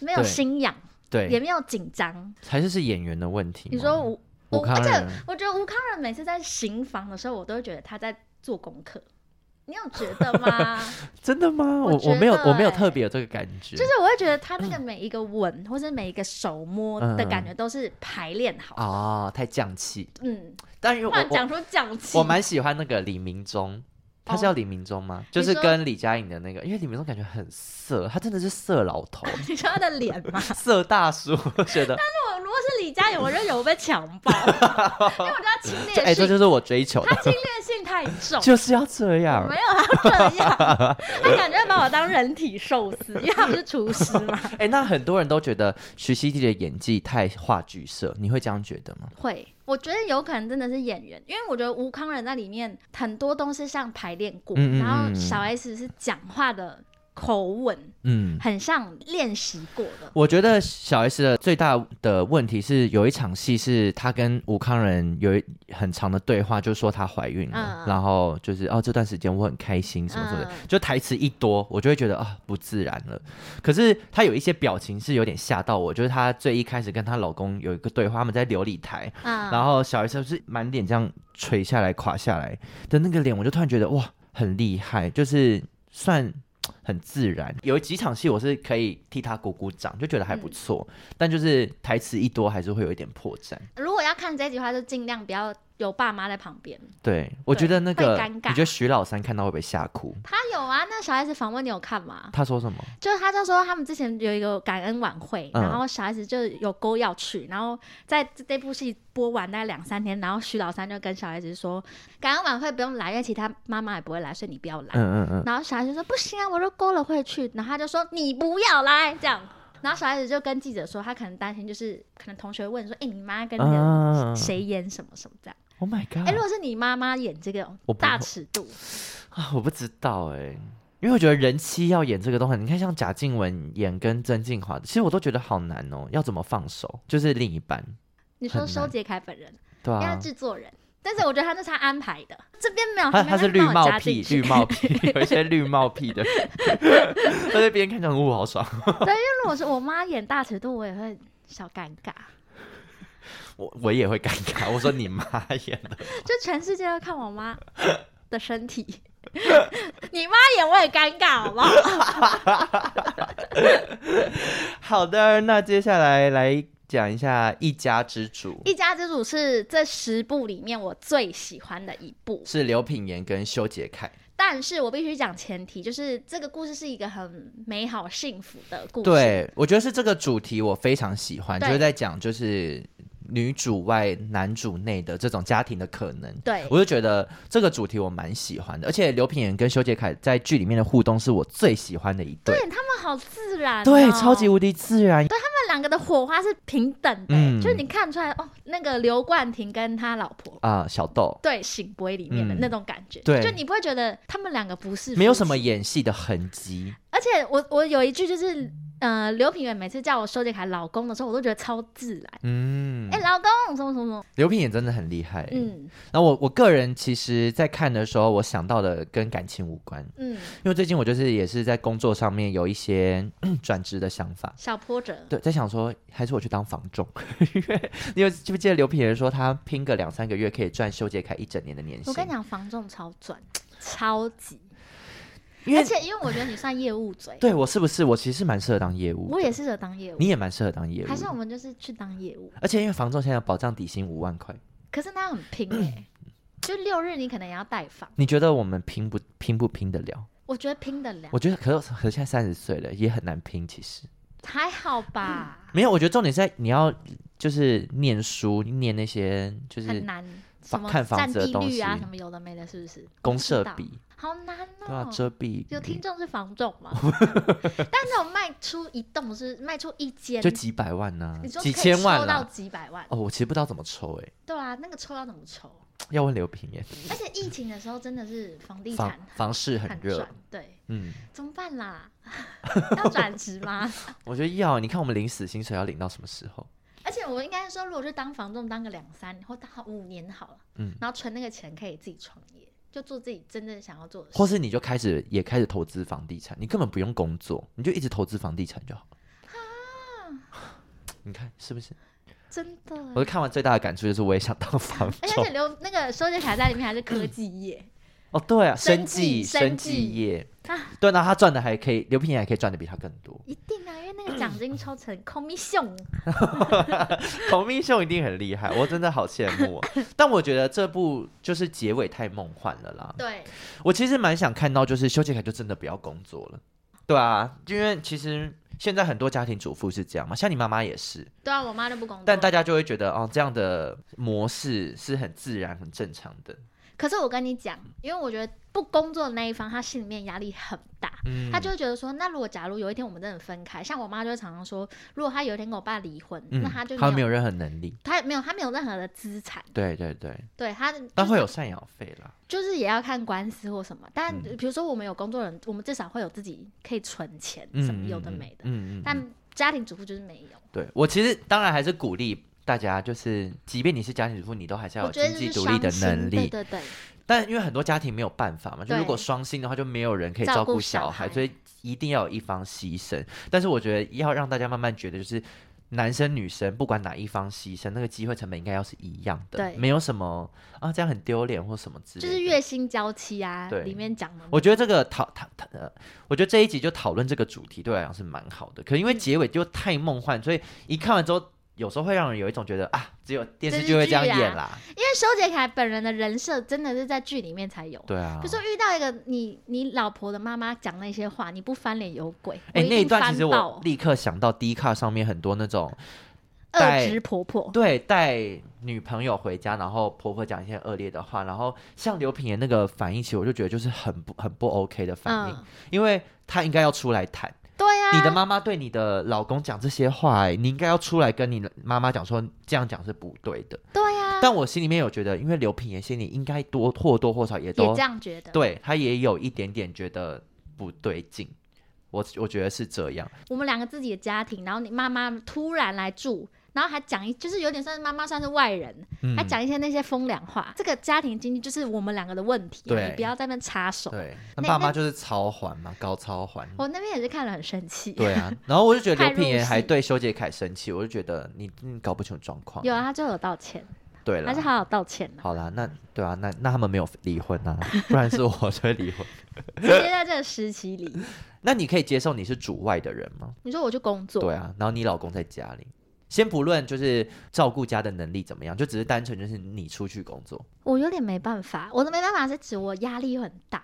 Speaker 2: 没有
Speaker 1: 对
Speaker 2: 心痒，也
Speaker 1: 对，
Speaker 2: 没有紧张。
Speaker 1: 还是是演员的问题吗。
Speaker 2: 你说吴
Speaker 1: 吴
Speaker 2: 吴
Speaker 1: 康
Speaker 2: 而且
Speaker 1: 仁
Speaker 2: 我觉得吴康仁每次在行房的时候，我都会觉得他在做功课。你有觉得 吗？
Speaker 1: 真的吗？我
Speaker 2: 我觉得
Speaker 1: 没有我没有
Speaker 2: 欸
Speaker 1: 特别有这个感觉，
Speaker 2: 就是我会觉得他那个每一个吻，或是每一个手摸的感觉，都是排练好。
Speaker 1: 啊，太降气。
Speaker 2: 嗯，
Speaker 1: 但因为
Speaker 2: 话
Speaker 1: 我我
Speaker 2: 讲出讲气，
Speaker 1: 我蛮喜欢那个李明忠，他是
Speaker 2: 哦
Speaker 1: 叫李明忠吗？就
Speaker 2: 你
Speaker 1: 是
Speaker 2: 说
Speaker 1: 跟李佳颖的那个，因为李明忠感觉很色，他真的是色老头，
Speaker 2: 你说他的脸吗？哦
Speaker 1: 色大叔，我觉得
Speaker 2: 我如果是 李佳颖，我就有被强暴，因为我觉得他侵
Speaker 1: 这哎，
Speaker 2: 略
Speaker 1: 这
Speaker 2: 性，
Speaker 1: 就是我追求的。
Speaker 2: 他侵略性太太重，
Speaker 1: 就是要这样
Speaker 2: 没。有 他这样，他感觉把我当人体寿 司，因为他不是厨师嘛。
Speaker 1: 哎、那很多人都觉得徐熙娣的演技太话剧社，你会这样觉得吗？
Speaker 2: 会，我觉得有可能真的是演员，因为我觉得吴康仁在里面很多东西像排练过，
Speaker 1: 嗯嗯嗯
Speaker 2: 然后
Speaker 1: 嗯
Speaker 2: 小 S 是讲话的口吻
Speaker 1: 嗯，
Speaker 2: 很像练习过 的。
Speaker 1: 我觉得小 S 的最大的问题是，有一场戏是她跟吴康仁有一很长的对话，就说她怀孕了，
Speaker 2: 嗯
Speaker 1: 然后就是哦这段时间我很开心什么什么的，
Speaker 2: 嗯
Speaker 1: 就台词一多，我就会觉得啊不自然了。可是她有一些表情是有点吓到我，就是她最一开始跟她老公有一个对话，他们在琉璃台，
Speaker 2: 嗯，
Speaker 1: 然后小 S 是满脸这样垂下来、垮下来的那个脸，我就突然觉得哇，很厉害，就是算很自然。有几场戏我是可以替他鼓鼓掌，就觉得还不错，
Speaker 2: 嗯
Speaker 1: 但就是台词一多，还是会有一点破绽。
Speaker 2: 如果要看这一集的话，就尽量不要有爸妈在旁边。
Speaker 1: 对，我觉得那
Speaker 2: 会
Speaker 1: 个，
Speaker 2: 尴
Speaker 1: 你
Speaker 2: 尬
Speaker 1: 觉得徐老三看到会不会吓哭？
Speaker 2: 他有啊，那小 S 访问你有看吗？
Speaker 1: 他说什么？
Speaker 2: 就是他就说他们之前有一个感恩晚会，
Speaker 1: 嗯
Speaker 2: 然后小 S 就有勾要去，然后在这这部戏播完大概两三天，然后徐老三就跟小 S 说，感恩晚会不用来，因为其他妈妈也不会来，所以你不要来。
Speaker 1: 嗯嗯嗯，
Speaker 2: 然后小 S 就说不行啊，我都勾了会去，然后他就说你不要来这样。然后小 S 就跟记者说，他可能担心就是可能同学问说，哎、你妈跟你的
Speaker 1: 啊
Speaker 2: 谁演什么什么这样？
Speaker 1: ？Oh my
Speaker 2: 哎、
Speaker 1: god！
Speaker 2: 如果是你妈妈演这个
Speaker 1: 我不
Speaker 2: 大
Speaker 1: 会
Speaker 2: 尺度，
Speaker 1: 啊，我不知道哎、因为我觉得人妻要演这个东西，你看像贾静雯演跟曾静华，其实我都觉得好难哦，要怎么放手？就是另一半，
Speaker 2: 你说
Speaker 1: 很
Speaker 2: 收
Speaker 1: 难
Speaker 2: 杰凯本人。
Speaker 1: 对
Speaker 2: 因为他
Speaker 1: 啊，
Speaker 2: 制作人。但是我觉得他那是他安排的，这边没有，
Speaker 1: 他
Speaker 2: 啊没
Speaker 1: 他是
Speaker 2: 有
Speaker 1: 绿
Speaker 2: 帮我
Speaker 1: 帽
Speaker 2: 加
Speaker 1: 癖
Speaker 2: 进，去
Speaker 1: 绿帽癖， 有一些绿帽癖的 人，他在边看讲，呜，好爽。
Speaker 2: 如果是我妈演大尺度，我也会小尴尬，
Speaker 1: 我我也会尴尬，我说你妈演的，
Speaker 2: 就全世界要看我妈的身体。 你妈演我也尴尬，好不好？
Speaker 1: 好的，那接下来来讲一下《一家之主》，
Speaker 2: 一家之主是这十部里面我最喜欢的一部，
Speaker 1: 是刘品言跟修杰楷，
Speaker 2: 但是我必须讲前提，就是这个故事是一个很美好幸福的故事。，
Speaker 1: 对我觉得是这个主题我非常喜欢，就
Speaker 2: 嗯对
Speaker 1: 是在讲就是女主外男主内的这种家庭的可能。
Speaker 2: 对
Speaker 1: 我就觉得这个主题我蛮喜欢的，而且刘品言跟修杰楷在剧里面的互动是我最喜欢的一对，
Speaker 2: 对他们好自然、哦，
Speaker 1: 对，超级无敌自然，
Speaker 2: 他们两个的火花是平等的、
Speaker 1: 嗯
Speaker 2: 就是你看出来哦，那个刘冠廷跟他老婆
Speaker 1: 啊、小豆
Speaker 2: 对《醒杯》里面的
Speaker 1: 嗯
Speaker 2: 那种感觉，
Speaker 1: 对
Speaker 2: 就你不会觉得他们两个不是
Speaker 1: 没有
Speaker 2: 夫妻
Speaker 1: 什么。演戏的痕迹，
Speaker 2: 而且我我有一句就是，呃，刘品源每次叫我修杰楷老公的时候，我都觉得超自然。
Speaker 1: 嗯
Speaker 2: 哎、，老公什么什么什么，
Speaker 1: 刘品言真的很厉害。嗯，
Speaker 2: 嗯
Speaker 1: 那我我个人其实，在看的时候，我想到的跟感情无关，
Speaker 2: 嗯，
Speaker 1: 因为最近我就是也是在工作上面有一些 嗯转职的想法，
Speaker 2: 小波折，
Speaker 1: 对，在想说还是我去当房仲， 因为因为记不记得刘品言说他拼个两三个月可以赚修杰楷一整年的年
Speaker 2: 我
Speaker 1: 薪
Speaker 2: 跟？你讲，房仲超赚，超级，
Speaker 1: 因
Speaker 2: 而
Speaker 1: 为
Speaker 2: 且因为我觉得你算业务嘴，
Speaker 1: 对我是不是我其实蛮适合当业务的？
Speaker 2: 我也适合当业务，
Speaker 1: 你也蛮适合当业务
Speaker 2: 还是我
Speaker 1: 的，
Speaker 2: 们就是去当业务，
Speaker 1: 而且因为房仲现在有保障底薪五万块，
Speaker 2: 可是那很 拼哎、就六日你可能也要带房，
Speaker 1: 你觉得我们拼不拼不拼得了？
Speaker 2: 我觉得拼得了，
Speaker 1: 我觉得可是可是现在三十岁了，也很难拼。其实
Speaker 2: 还好 吧，
Speaker 1: 没有，我觉得重点是在你要就是念书，念那些就是
Speaker 2: 很难。什
Speaker 1: 房
Speaker 2: 么
Speaker 1: 看房
Speaker 2: 占
Speaker 1: 子的
Speaker 2: 地
Speaker 1: 东
Speaker 2: 率啊，
Speaker 1: 西
Speaker 2: 什么有的没的，是不是？
Speaker 1: 公
Speaker 2: 不知
Speaker 1: 社
Speaker 2: 道
Speaker 1: 比，
Speaker 2: 好难
Speaker 1: 对啊
Speaker 2: 哦，。
Speaker 1: 遮蔽
Speaker 2: 有听
Speaker 1: 比
Speaker 2: 众是房仲 吗？但那种卖出一栋是卖出一间，
Speaker 1: 就几百万呢、
Speaker 2: 你说
Speaker 1: 几
Speaker 2: 可以
Speaker 1: 千万
Speaker 2: 抽到
Speaker 1: 啦。
Speaker 2: 几百万，
Speaker 1: 哦，我其实不知道怎么抽哎、
Speaker 2: 对啊，那个抽要怎么抽？
Speaker 1: 要问刘平耶。
Speaker 2: 而且疫情的时候真的是房嗯地
Speaker 1: 房
Speaker 2: 产
Speaker 1: 房市很
Speaker 2: 很
Speaker 1: 热
Speaker 2: 赚，，对，
Speaker 1: 嗯，
Speaker 2: 怎么办啦？ 要转职吗？
Speaker 1: 我觉得要你看我们领死薪水要领到什么时候？
Speaker 2: 而且我应该说，如果去当房仲，当个两三或当五年好了，
Speaker 1: 嗯
Speaker 2: 然后存那个钱可以自己创业，就做自己真正想要做的事。
Speaker 1: 或是你就开始也开始投资房地产，你根本不用工作，你就一直投资房地产就好了。 你看是不是？
Speaker 2: 真的耶，
Speaker 1: 我看完最大的感触就是，我也想当房
Speaker 2: 而且而
Speaker 1: 仲
Speaker 2: 且。刘那个收杰凯在里面还是科技业，
Speaker 1: 哦，对啊，
Speaker 2: 生
Speaker 1: 生
Speaker 2: 计
Speaker 1: 计
Speaker 2: 生
Speaker 1: 生
Speaker 2: 计
Speaker 1: 计业
Speaker 2: 啊，
Speaker 1: 对，那他赚的还可以，刘品言还可以赚的比他更多。
Speaker 2: 一定啊，因为那个奖金抽成 commission
Speaker 1: 孔明秀一定很厉 害，我真的好羡慕、哦。但我觉得这部就是结尾太梦幻了啦。
Speaker 2: 对，
Speaker 1: 我其实蛮想看到，就是修杰楷就真的不要工作了。对啊，因为其实现在很多家庭主妇是这样嘛，像你妈妈也是，
Speaker 2: 对啊，我妈就不工作，
Speaker 1: 但大家就会觉得哦，这样的模式是很自然、很正常的。
Speaker 2: 可是我跟你讲，因为我觉得不工作的那一方，他心里面压力很大，
Speaker 1: 嗯
Speaker 2: 他就会觉得说，那如果假如有一天我们真的分开，像我妈就会常常说，如果她有一天跟我爸离婚，
Speaker 1: 嗯
Speaker 2: 那她就
Speaker 1: 他没
Speaker 2: 有
Speaker 1: 有任何能力，
Speaker 2: 她没有她没有任何的资产，
Speaker 1: 对对对，
Speaker 2: 对她、就是
Speaker 1: 但会有赡养费啦，
Speaker 2: 就是也要看官司或什么，但
Speaker 1: 嗯
Speaker 2: 比如说我们有工作人，我们至少会有自己可以存钱，什么有的没的，
Speaker 1: 嗯嗯嗯嗯嗯
Speaker 2: 但家庭主妇就是没有。
Speaker 1: 对我其实当然还是鼓励大家，就是即便你是家庭主妇，你都还是要
Speaker 2: 我
Speaker 1: 有
Speaker 2: 觉得
Speaker 1: 经
Speaker 2: 这
Speaker 1: 济
Speaker 2: 是
Speaker 1: 独立的
Speaker 2: 双薪
Speaker 1: 能
Speaker 2: 对
Speaker 1: 力。
Speaker 2: 对对，
Speaker 1: 但因为很多家庭没有办法嘛，就
Speaker 2: 对
Speaker 1: 如果双薪的话，就没有人可以
Speaker 2: 照
Speaker 1: 照
Speaker 2: 顾
Speaker 1: 顾
Speaker 2: 小
Speaker 1: 小孩，
Speaker 2: 孩
Speaker 1: 所以一定要有一方牺牲。但是我觉得要让大家慢慢觉得，就是男生女生不管哪一方牺牲，那个机会成本应该要是一样的
Speaker 2: 对，
Speaker 1: 没有什么啊这样很丢脸或什么之类
Speaker 2: 就
Speaker 1: 的。
Speaker 2: 是月薪娇妻啊，
Speaker 1: 对
Speaker 2: 里面讲的。
Speaker 1: 我觉得这个讨讨讨呃，我觉得这一集就讨论这个主题对我来讲是蛮好的，可因为结尾就太梦幻，所以一看完之后，有时候会让人有一种觉得啊，只有电视剧会这样演啦，
Speaker 2: 因为修杰楷本人的人设真的是在剧里面才有。
Speaker 1: 对啊
Speaker 2: 比如。说遇到一个你你老婆的妈妈讲那些话，你不翻脸有鬼。我
Speaker 1: 哎、那一
Speaker 2: 定
Speaker 1: 段
Speaker 2: 翻
Speaker 1: 其实我
Speaker 2: 爆
Speaker 1: 立刻想到 D 卡上面很多那种
Speaker 2: 恶
Speaker 1: 带
Speaker 2: 直婆婆，
Speaker 1: 对带女朋友回家，然后婆婆讲一些恶劣的话，然后像刘品言那个反应，其实我就觉得就是很不很不 OK 的反应，
Speaker 2: 嗯，
Speaker 1: 因为她应该要出来谈。
Speaker 2: 对呀、
Speaker 1: 你的妈妈对你的老公讲这些话、哎，你应该要出来跟你妈妈讲说，这样讲是不对的。
Speaker 2: 对呀、
Speaker 1: 但我心里面有觉得，因为刘品言心里应该多或多或少也
Speaker 2: 也
Speaker 1: 都
Speaker 2: 这样觉得。
Speaker 1: 对他也有一点点觉得不对劲。我我觉得是这样，
Speaker 2: 我们两个自己的家庭，然后你妈妈突然来住，然后还讲一，就是有点算是妈妈算是外人，
Speaker 1: 嗯
Speaker 2: 还，讲一些那些风凉话。这个家庭经济就是我们两个的问题，啊
Speaker 1: 对
Speaker 2: 你不要在那边插手。
Speaker 1: 对，那
Speaker 2: 那
Speaker 1: 爸妈就是超环嘛，高超环。
Speaker 2: 我那边也是看了很生气。
Speaker 1: 对啊，然后我就觉得
Speaker 2: 太
Speaker 1: 刘品
Speaker 2: 入
Speaker 1: 言还
Speaker 2: 戏
Speaker 1: 对修杰楷生气，我就觉得你你搞不清楚状况。
Speaker 2: 有啊，他就有道歉，
Speaker 1: 对了
Speaker 2: 还是，好好道歉呢、
Speaker 1: 好啦，那对啊，那那他们没有离婚啊，不然是我就会离婚。
Speaker 2: 直接在这个时期里，
Speaker 1: 那你可以接受你是主外的人吗？
Speaker 2: 你说我去工作，
Speaker 1: 对啊，然后你老公在家里，先不论就是照顾家的能力怎么样，就只是单纯就是你出去工作，
Speaker 2: 我有点没办法。我的没办法是指我压力很大，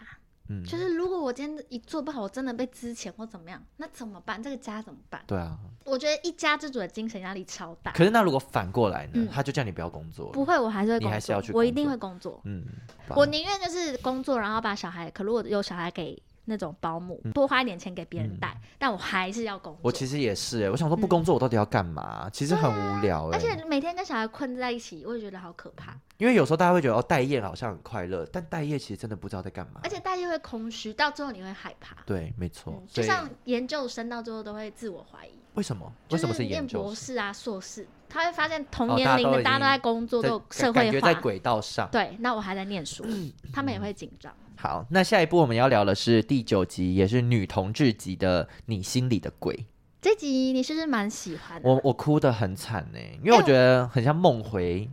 Speaker 1: 嗯，
Speaker 2: 就是如果我今天一做不好，我真的被之前或怎么样，那怎么办？这个家怎么办？
Speaker 1: 对啊。
Speaker 2: 我觉得一家之主的精神压力超大。
Speaker 1: 可是那如果反过来呢，
Speaker 2: 嗯
Speaker 1: 他就叫你不要工作了，
Speaker 2: 不会，我还是会
Speaker 1: 你
Speaker 2: 工
Speaker 1: 还是要
Speaker 2: 作
Speaker 1: 去，
Speaker 2: 我一
Speaker 1: 工
Speaker 2: 定
Speaker 1: 作
Speaker 2: 会工作。
Speaker 1: 嗯，吧
Speaker 2: 我宁愿就是工作，然后把小孩，可如果有小孩给那种保姆，多花一点钱给别人带，但我还是要工
Speaker 1: 嗯我
Speaker 2: 作。
Speaker 1: 其实也是、欸，我想说不工作我到底要干嘛？其实很无聊、欸，
Speaker 2: 嗯而且每天跟小孩困在一起，我也觉得好可怕。
Speaker 1: 因为有时候大家会觉得哦，待业好像很快乐，但待业其实真的不知道在干嘛。
Speaker 2: 而且大家会空虚，到最后你会害怕。
Speaker 1: 对，没错，
Speaker 2: 嗯，就
Speaker 1: 哦所以
Speaker 2: 像研究生到最后都会自我怀疑，
Speaker 1: 为什么？
Speaker 2: 就
Speaker 1: 为什么
Speaker 2: 是
Speaker 1: 是研
Speaker 2: 念
Speaker 1: 究
Speaker 2: 博
Speaker 1: 生？
Speaker 2: 士啊、硕士，他会发现同
Speaker 1: 哦
Speaker 2: 年
Speaker 1: 大家
Speaker 2: 龄的
Speaker 1: 都已
Speaker 2: 大家都
Speaker 1: 经
Speaker 2: 在工作，都有社
Speaker 1: 感
Speaker 2: 会
Speaker 1: 觉在
Speaker 2: 化。
Speaker 1: 轨道上。
Speaker 2: 对，那我还在念 书，他们也会紧张。
Speaker 1: 好，那下一步我们要聊的是第九集，也是女同志集的《你心里的鬼》
Speaker 2: 这集你是不是蛮喜欢的？
Speaker 1: 我我哭得很惨呢、因为我觉得很像梦回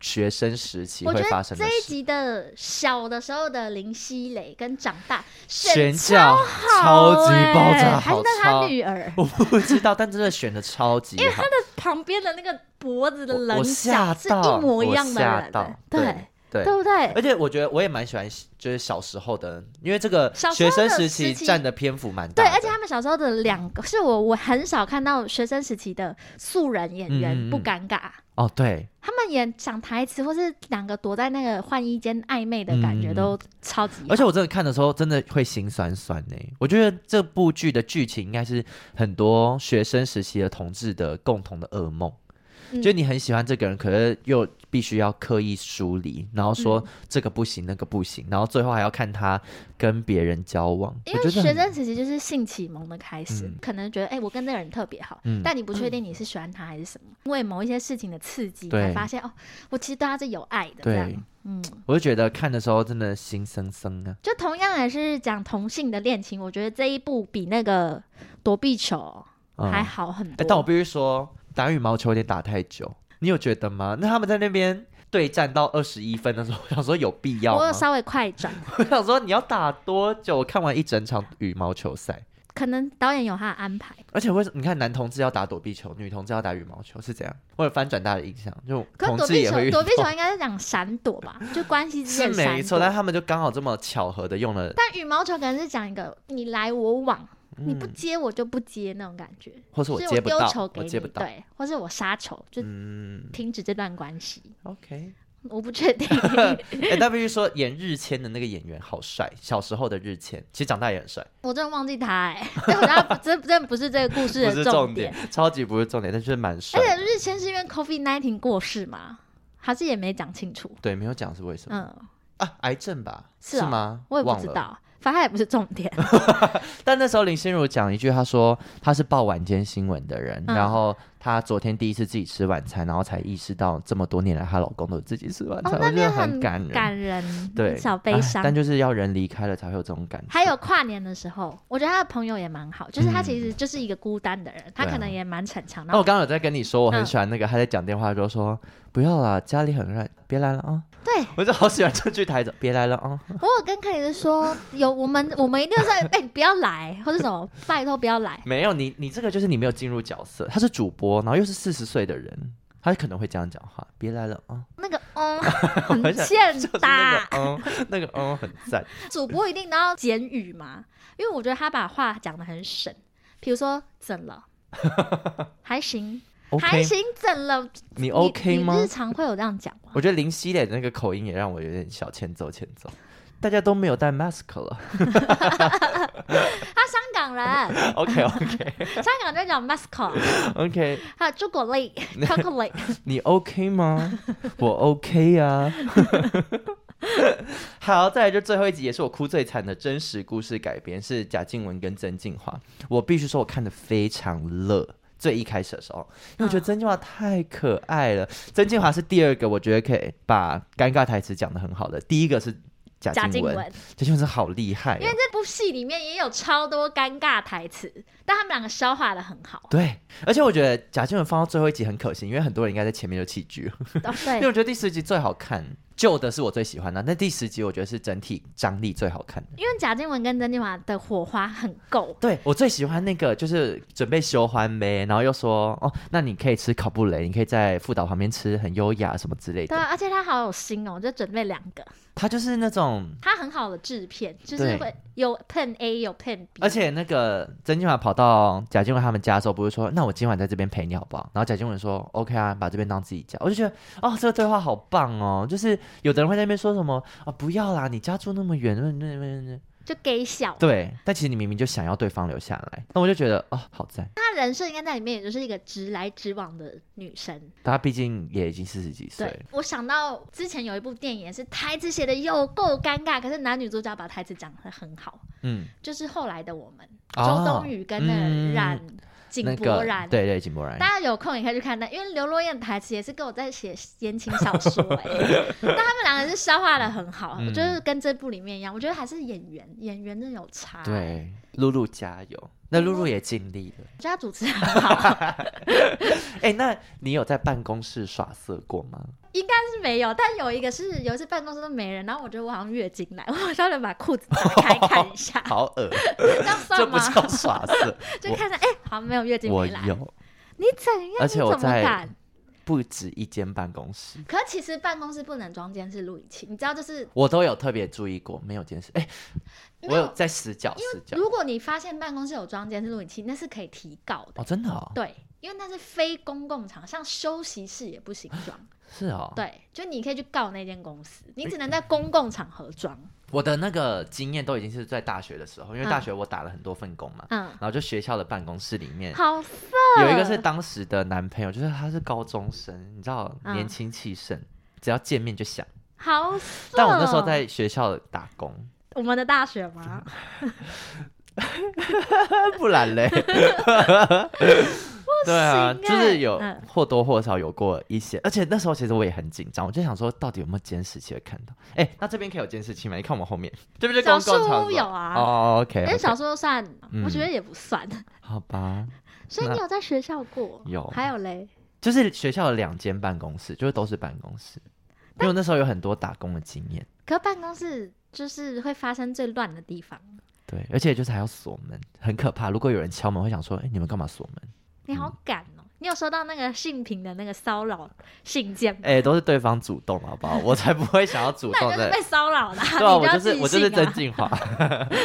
Speaker 1: 学生时期
Speaker 2: 哎我
Speaker 1: 会
Speaker 2: 觉
Speaker 1: 发
Speaker 2: 得
Speaker 1: 生
Speaker 2: 这
Speaker 1: 的
Speaker 2: 一
Speaker 1: 事。
Speaker 2: 集的小的时候的林熙蕾跟长大
Speaker 1: 选
Speaker 2: 超
Speaker 1: 角超级
Speaker 2: 欸
Speaker 1: 爆
Speaker 2: 还
Speaker 1: 炸好
Speaker 2: 是那他
Speaker 1: 超，
Speaker 2: 女 儿
Speaker 1: 我不知道，但真的选的超级好。
Speaker 2: 旁边的那个脖子的
Speaker 1: 我
Speaker 2: 棱
Speaker 1: 我
Speaker 2: 角
Speaker 1: 吓
Speaker 2: 是
Speaker 1: 到
Speaker 2: 一模一
Speaker 1: 我
Speaker 2: 样的
Speaker 1: 吓
Speaker 2: 人
Speaker 1: 到
Speaker 2: 欸，
Speaker 1: 对
Speaker 2: 对
Speaker 1: 对
Speaker 2: 对不对？
Speaker 1: 而且我觉得我也蛮喜欢，就是小时候的，因为这个
Speaker 2: 小时
Speaker 1: 学
Speaker 2: 候
Speaker 1: 生
Speaker 2: 的
Speaker 1: 时
Speaker 2: 时
Speaker 1: 期
Speaker 2: 期
Speaker 1: 占的篇幅蛮大
Speaker 2: 对，
Speaker 1: 的。
Speaker 2: 而且他们小时候的两个是我我很少看到学生时期的素人演
Speaker 1: 嗯嗯
Speaker 2: 员
Speaker 1: 嗯
Speaker 2: 不尴尬，
Speaker 1: 哦，对，
Speaker 2: 他们演讲台词或是两个躲在那个换衣间暧昧的感
Speaker 1: 嗯嗯
Speaker 2: 觉
Speaker 1: 嗯
Speaker 2: 都超级好，
Speaker 1: 而且我真的看的时候，真的会心酸酸呢、我觉得这部剧的剧情应该是很多学生时期的同志的共同的噩梦。
Speaker 2: 嗯
Speaker 1: 就你很喜欢这个人，可是又必须要刻意疏离，然后说
Speaker 2: 嗯
Speaker 1: 这个不行，那个不行，然后最后还要看他跟别人交往。
Speaker 2: 因
Speaker 1: 我
Speaker 2: 为
Speaker 1: 觉得
Speaker 2: 学
Speaker 1: 很
Speaker 2: 生时期就是性启蒙的开始，
Speaker 1: 嗯
Speaker 2: 可能觉得哎、诶我跟这个人特别好，
Speaker 1: 嗯
Speaker 2: 但你不确定你是喜欢他还是什么，因为某一些事情的刺激，
Speaker 1: 对
Speaker 2: 才发现哦，我其实对他是有爱的，这样
Speaker 1: 对，，
Speaker 2: 嗯，
Speaker 1: 我就觉得看的时候真的心生生啊。
Speaker 2: 就同样也是讲同性的恋情，我觉得这一部比那个躲避球
Speaker 1: 嗯
Speaker 2: 还好很
Speaker 1: 哎、
Speaker 2: 多。
Speaker 1: 但我必须说，打羽毛球有点打太久，你有觉得吗？那他们在那边对战到二十一分的时候，我想说有必要
Speaker 2: 我
Speaker 1: 吗
Speaker 2: 有？稍微快转，
Speaker 1: 我想说你要打多久？我看完一整场羽毛球赛，
Speaker 2: 可能导演有他的安排。
Speaker 1: 而且为什么你看男同志要打躲避球，女同志要打羽毛球是怎样？或者翻转大家的印象，就
Speaker 2: 可
Speaker 1: 同
Speaker 2: 躲
Speaker 1: 志
Speaker 2: 避
Speaker 1: 也
Speaker 2: 球
Speaker 1: 会，运
Speaker 2: 躲
Speaker 1: 动
Speaker 2: 避 球应该是讲闪躲吧，就关系之
Speaker 1: 是
Speaker 2: 间的
Speaker 1: 没
Speaker 2: 闪
Speaker 1: 错，
Speaker 2: 躲。
Speaker 1: 但他们就刚好这么巧合的用了，
Speaker 2: 但羽毛球可能是讲一个你来我往，你不接我就不接那种感觉。
Speaker 1: 或嗯是
Speaker 2: 所
Speaker 1: 我
Speaker 2: 以
Speaker 1: 接不
Speaker 2: 丢
Speaker 1: 到
Speaker 2: 球，给
Speaker 1: 我
Speaker 2: 你，
Speaker 1: 接不到。
Speaker 2: 对，或是我杀球，就
Speaker 1: 嗯
Speaker 2: 停止这段关系。
Speaker 1: ，OK，
Speaker 2: 我不确 定。
Speaker 1: 哎，但必须说演日谦的那个演员好帅，小时候的日谦，其实长大也很帅，
Speaker 2: 我真的忘记他 哎、但我觉得他不真真的不是这个故事的
Speaker 1: 不是
Speaker 2: 重
Speaker 1: 重点，超级不是重点，但就是蛮帅
Speaker 2: 而
Speaker 1: 的。
Speaker 2: 且日签是因为 COVID nineteen 过世嘛，还是也没讲清楚？
Speaker 1: 对，没有讲是为什么、
Speaker 2: 嗯，
Speaker 1: 啊？癌症吧？
Speaker 2: 是哦
Speaker 1: 吗？
Speaker 2: 我也不
Speaker 1: 忘
Speaker 2: 知
Speaker 1: 了。
Speaker 2: 道，反正他也不是重点。
Speaker 1: 但那时候林心如讲一句，她说她是报晚间新闻的人，
Speaker 2: 嗯
Speaker 1: 然后她昨天第一次自己吃晚餐，然后才意识到这么多年来她老公都自己吃晚餐，
Speaker 2: 哦，
Speaker 1: 我
Speaker 2: 那
Speaker 1: 觉
Speaker 2: 边
Speaker 1: 得很感人。
Speaker 2: 感人，
Speaker 1: 嗯对，
Speaker 2: 小
Speaker 1: 唉
Speaker 2: 悲伤。
Speaker 1: 但就是要人离开了才会有这种感觉。
Speaker 2: 还有跨年的时候，我觉得他的朋友也蛮好，就是他其实就是一个孤单的人，他
Speaker 1: 嗯对啊哦
Speaker 2: 可能也蛮逞强。然
Speaker 1: 那
Speaker 2: 后
Speaker 1: 我刚刚有在跟你说，我很
Speaker 2: 嗯
Speaker 1: 喜欢那个，他在讲电话的时候说：“不要啦，家里很乱，别来了 啊！”
Speaker 2: 对，
Speaker 1: 我就好喜欢这句台词，“别来了啊
Speaker 2: 我有跟凯莉说，有我们 我们一定要说，哎、你不要来，或者什么，拜托不要来！”。
Speaker 1: 没有你，你这个就是你没有进入角色。他是主播，然后又是四十岁的人，他可能会这样讲话：“别来了啊
Speaker 2: 那个嗯，
Speaker 1: 我
Speaker 2: 很
Speaker 1: 想
Speaker 2: 欠！”
Speaker 1: 就是
Speaker 2: 打。
Speaker 1: 那个嗯，那个嗯很赞。
Speaker 2: 主播一定都要简语嘛，因为我觉得他把话讲的很省。比如说，怎了？ 还行
Speaker 1: OK，
Speaker 2: 还行，怎了？
Speaker 1: 你
Speaker 2: 你
Speaker 1: OK 吗
Speaker 2: 你？日常会有这样讲吗？
Speaker 1: 我觉得林夕磊的那个口音也让我有点小欠揍欠揍。大家都没有戴 mask 了
Speaker 2: 他香港人，
Speaker 1: ，OK OK
Speaker 2: 香港人就讲 mascot，
Speaker 1: OK，
Speaker 2: 还有朱古 力 chocolate。
Speaker 1: 你 OK 吗？我 OK 呀、啊。 好，再来就最后一集，也是我哭最惨的真实故事改编，是贾静雯跟曾静华。我必须说，我看的非常乐。最一开始的时候，因为我觉得曾静华太可爱了。曾静华是第二个，我觉得可以把尴尬台词讲得很好的。第一个是贾
Speaker 2: 贾
Speaker 1: 静
Speaker 2: 静
Speaker 1: 雯，
Speaker 2: 雯，
Speaker 1: 贾静雯真的好厉害、哦，。
Speaker 2: 因为这部戏里面也有超多尴尬台词，但他们两个消化的很好啊
Speaker 1: 对，而且我觉得贾静雯放到最后一集很可惜，因为很多人应该在前面就弃剧了，
Speaker 2: 哦，
Speaker 1: 因为
Speaker 2: 对，
Speaker 1: 我觉得第十集最好看，旧的是我最喜欢的，那第十集我觉得是整体张力最好看的。
Speaker 2: 因为贾静雯跟曾静华的火花很够，
Speaker 1: 对我最喜欢那个就是准备修欢呗，然后又说哦，那你可以吃烤布雷，你可以在副导旁边吃，很优雅什么之类
Speaker 2: 对
Speaker 1: 的。
Speaker 2: 啊，而且他好有心哦，就准备两个，
Speaker 1: 他就是那种，
Speaker 2: 他很好的制片，就是
Speaker 1: 对
Speaker 2: 会有 pen A 有 pen B，
Speaker 1: 而且那个曾静华跑到贾静雯他们家的时候，不是说那我今晚在这边陪你好不好？然后贾静雯说 OK 啊，把这边当自己家。我就觉得哦，这个对话好棒哦，就是有的人会在那边说什么啊、不要啦，你家住那么远，那那那那
Speaker 2: 就给小。
Speaker 1: 对，但其实你明明就想要对方留下来，那我就觉得哦，好赞。
Speaker 2: 她人设应该在里面，也就是一个直来直往的女生。
Speaker 1: 他毕竟也已经四十几岁了
Speaker 2: 对，，我想到之前有一部电影也是台词写的又够尴尬，可是男女主角把台词讲得很好，
Speaker 1: 嗯，
Speaker 2: 就是后来的我们，
Speaker 1: 哦
Speaker 2: 周
Speaker 1: 嗯
Speaker 2: 冬雨跟那个冉
Speaker 1: 啊那
Speaker 2: 井柏
Speaker 1: 个
Speaker 2: 然，
Speaker 1: 对对，井柏然
Speaker 2: 大，家有空也可以去看那，因为刘若燕的台词也是跟我在写言情小说 哎、但他们两个是消化的很好，
Speaker 1: 嗯
Speaker 2: 我觉得跟这部里面一样，我觉得还是演员演员真的有差、，
Speaker 1: 对，露露加油。
Speaker 2: 哎
Speaker 1: 那露露也尽力了。
Speaker 2: 我觉得他主持很好，
Speaker 1: 哎、那你有在办公室耍色过吗？，
Speaker 2: 应该是没有，但有一个是有一次办公室都没人，然后我觉得我好像月经来， 我好像得把裤子打开看一下
Speaker 1: 好恶，
Speaker 2: 这样
Speaker 1: 这
Speaker 2: 算
Speaker 1: 不
Speaker 2: 吗？
Speaker 1: 叫耍色。
Speaker 2: 就看着哎、好像没有月经
Speaker 1: 我
Speaker 2: 没来，
Speaker 1: 有，
Speaker 2: 你怎样？
Speaker 1: 而且我
Speaker 2: 你怎么
Speaker 1: 在
Speaker 2: 敢？
Speaker 1: 不止一间办公室，
Speaker 2: 可其实办公室不能装监视录影器，你知道，就是
Speaker 1: 我都有特别注意过，没有监视。哎、
Speaker 2: 没
Speaker 1: 我
Speaker 2: 有
Speaker 1: 有在死角死角。
Speaker 2: 如果你发现办公室有装监视录影器，那是可以提告的。
Speaker 1: 哦，真的哦，
Speaker 2: 对，因为那是非公共场，像休息室也不行装。
Speaker 1: 是哦。
Speaker 2: 对，就你可以去告那间公司，你只能在公共场合装。
Speaker 1: 我的那个经验都已经是在大学的时候，因为
Speaker 2: 嗯
Speaker 1: 大学我打了很多份工嘛，
Speaker 2: 嗯，
Speaker 1: 然后就学校的办公室里面
Speaker 2: 好色。
Speaker 1: 有一个是当时的男朋友，就是他是高中生，你知道
Speaker 2: 嗯
Speaker 1: 年轻气盛，只要见面就想。
Speaker 2: 好色。
Speaker 1: 但我那时候在学校打工，
Speaker 2: 我们的大学 吗？
Speaker 1: 不 然嘞，对啊，
Speaker 2: 行
Speaker 1: 就是
Speaker 2: 欸
Speaker 1: 有
Speaker 2: 嗯
Speaker 1: 或多或少有过一些，而且那时候其实我也很紧张，我就想说到底有没有监视器会看到？哎、那这边可以有监视器吗？你看我们后面， 这边就
Speaker 2: 小
Speaker 1: 公
Speaker 2: 树
Speaker 1: 共场
Speaker 2: 屋
Speaker 1: 所
Speaker 2: 有啊
Speaker 1: 哦，OK，,
Speaker 2: 因
Speaker 1: o
Speaker 2: 为小时候算，
Speaker 1: 嗯
Speaker 2: 我觉得也不算。
Speaker 1: 好吧，
Speaker 2: 所以你有在学校过？
Speaker 1: 有
Speaker 2: 还有嘞，
Speaker 1: 就是学校有两间办公室，就是都是办公室，因为我那时候有很多打工的经验，
Speaker 2: 可办公室就是会发生最乱的地方。
Speaker 1: 对，而且就是还要锁门，很可怕。如果有人敲门，会想说，哎、你们干嘛锁门？
Speaker 2: 你
Speaker 1: 嗯
Speaker 2: 好敢哦！你有收到那个性平的那个骚扰信件吗？
Speaker 1: 哎、都是对方主动，好不好？我才不会想要主
Speaker 2: 嗯 那
Speaker 1: 动
Speaker 2: 你就是
Speaker 1: 的。
Speaker 2: 被骚扰啦！
Speaker 1: 对啊，
Speaker 2: 你
Speaker 1: 我
Speaker 2: 要
Speaker 1: 就
Speaker 2: 自
Speaker 1: 是
Speaker 2: 己
Speaker 1: 我就是
Speaker 2: 信啊
Speaker 1: 曾静华，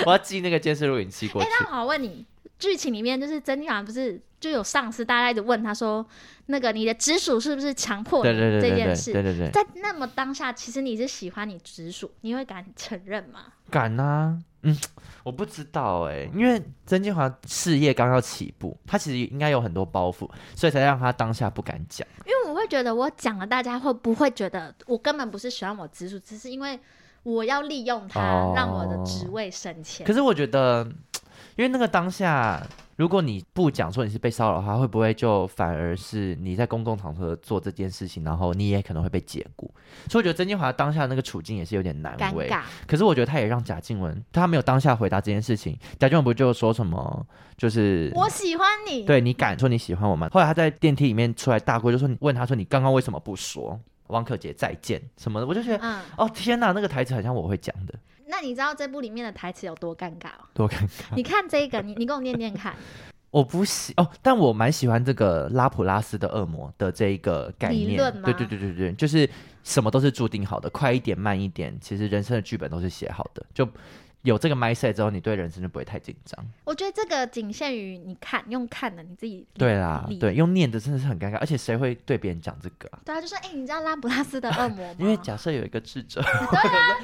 Speaker 1: 我要寄那个监视录影器过
Speaker 2: 哎、
Speaker 1: 去。
Speaker 2: 那我问你，剧情里面就是曾俊华不是就有上司，大家一直问他说，那个你的直属是不是强迫
Speaker 1: 对
Speaker 2: 你
Speaker 1: 对对
Speaker 2: 这
Speaker 1: 对
Speaker 2: 件
Speaker 1: 对
Speaker 2: 事？
Speaker 1: 对对对，
Speaker 2: 在那么当下，其实你是喜欢你直属，你会敢承认吗？
Speaker 1: 敢啊，嗯，我不知道哎、因为曾建华事业刚要起步，他其实应该有很多包袱，所以才让他当下不敢讲。
Speaker 2: 因为我会觉得我讲了，大家会不会觉得我根本不是喜欢我直属，只是因为我要利用他、
Speaker 1: 哦
Speaker 2: 让我的职位升迁
Speaker 1: 可。是我觉得，因为那个当下，如果你不讲说你是被骚扰的话，会不会就反而是你在公共场合做这件事情，然后你也可能会被解雇？所以我觉得曾建华当下那个处境也是有点难
Speaker 2: 尴
Speaker 1: 为。
Speaker 2: 尬，
Speaker 1: 可是我觉得他也让贾静雯，他没有当下回答这件事情，贾静雯不就说什么就是。
Speaker 2: 我喜欢你。
Speaker 1: 对你敢说你喜欢我吗？后来他在电梯里面出来大哭，就说你问他说你刚刚为什么不说王可杰再见什么的，我就觉得
Speaker 2: 嗯，
Speaker 1: 哦天哪，那个台词很像我会讲的，
Speaker 2: 那你知道这部里面的台词有多尴尬哦？
Speaker 1: 多尴尬。
Speaker 2: 你看这个，你你给我念念看，
Speaker 1: 我不喜哦，但我蛮喜欢这个拉普拉斯的恶魔的这一个概
Speaker 2: 理
Speaker 1: 念
Speaker 2: 论吗。
Speaker 1: 对对对对对，就是什么都是注定好的，快一点慢一点，其实人生的剧本都是写好的。就有这个 mindset 之后，你对人生就不会太紧张。
Speaker 2: 我觉得这个仅限于你看用看的，你自己
Speaker 1: 对啦
Speaker 2: 理，
Speaker 1: 对，用念的真的是很尴尬，而且谁会对别人讲这个啊？
Speaker 2: 对啊，就说哎、你知道拉普拉斯的恶魔吗？
Speaker 1: 因为假设有一个智者，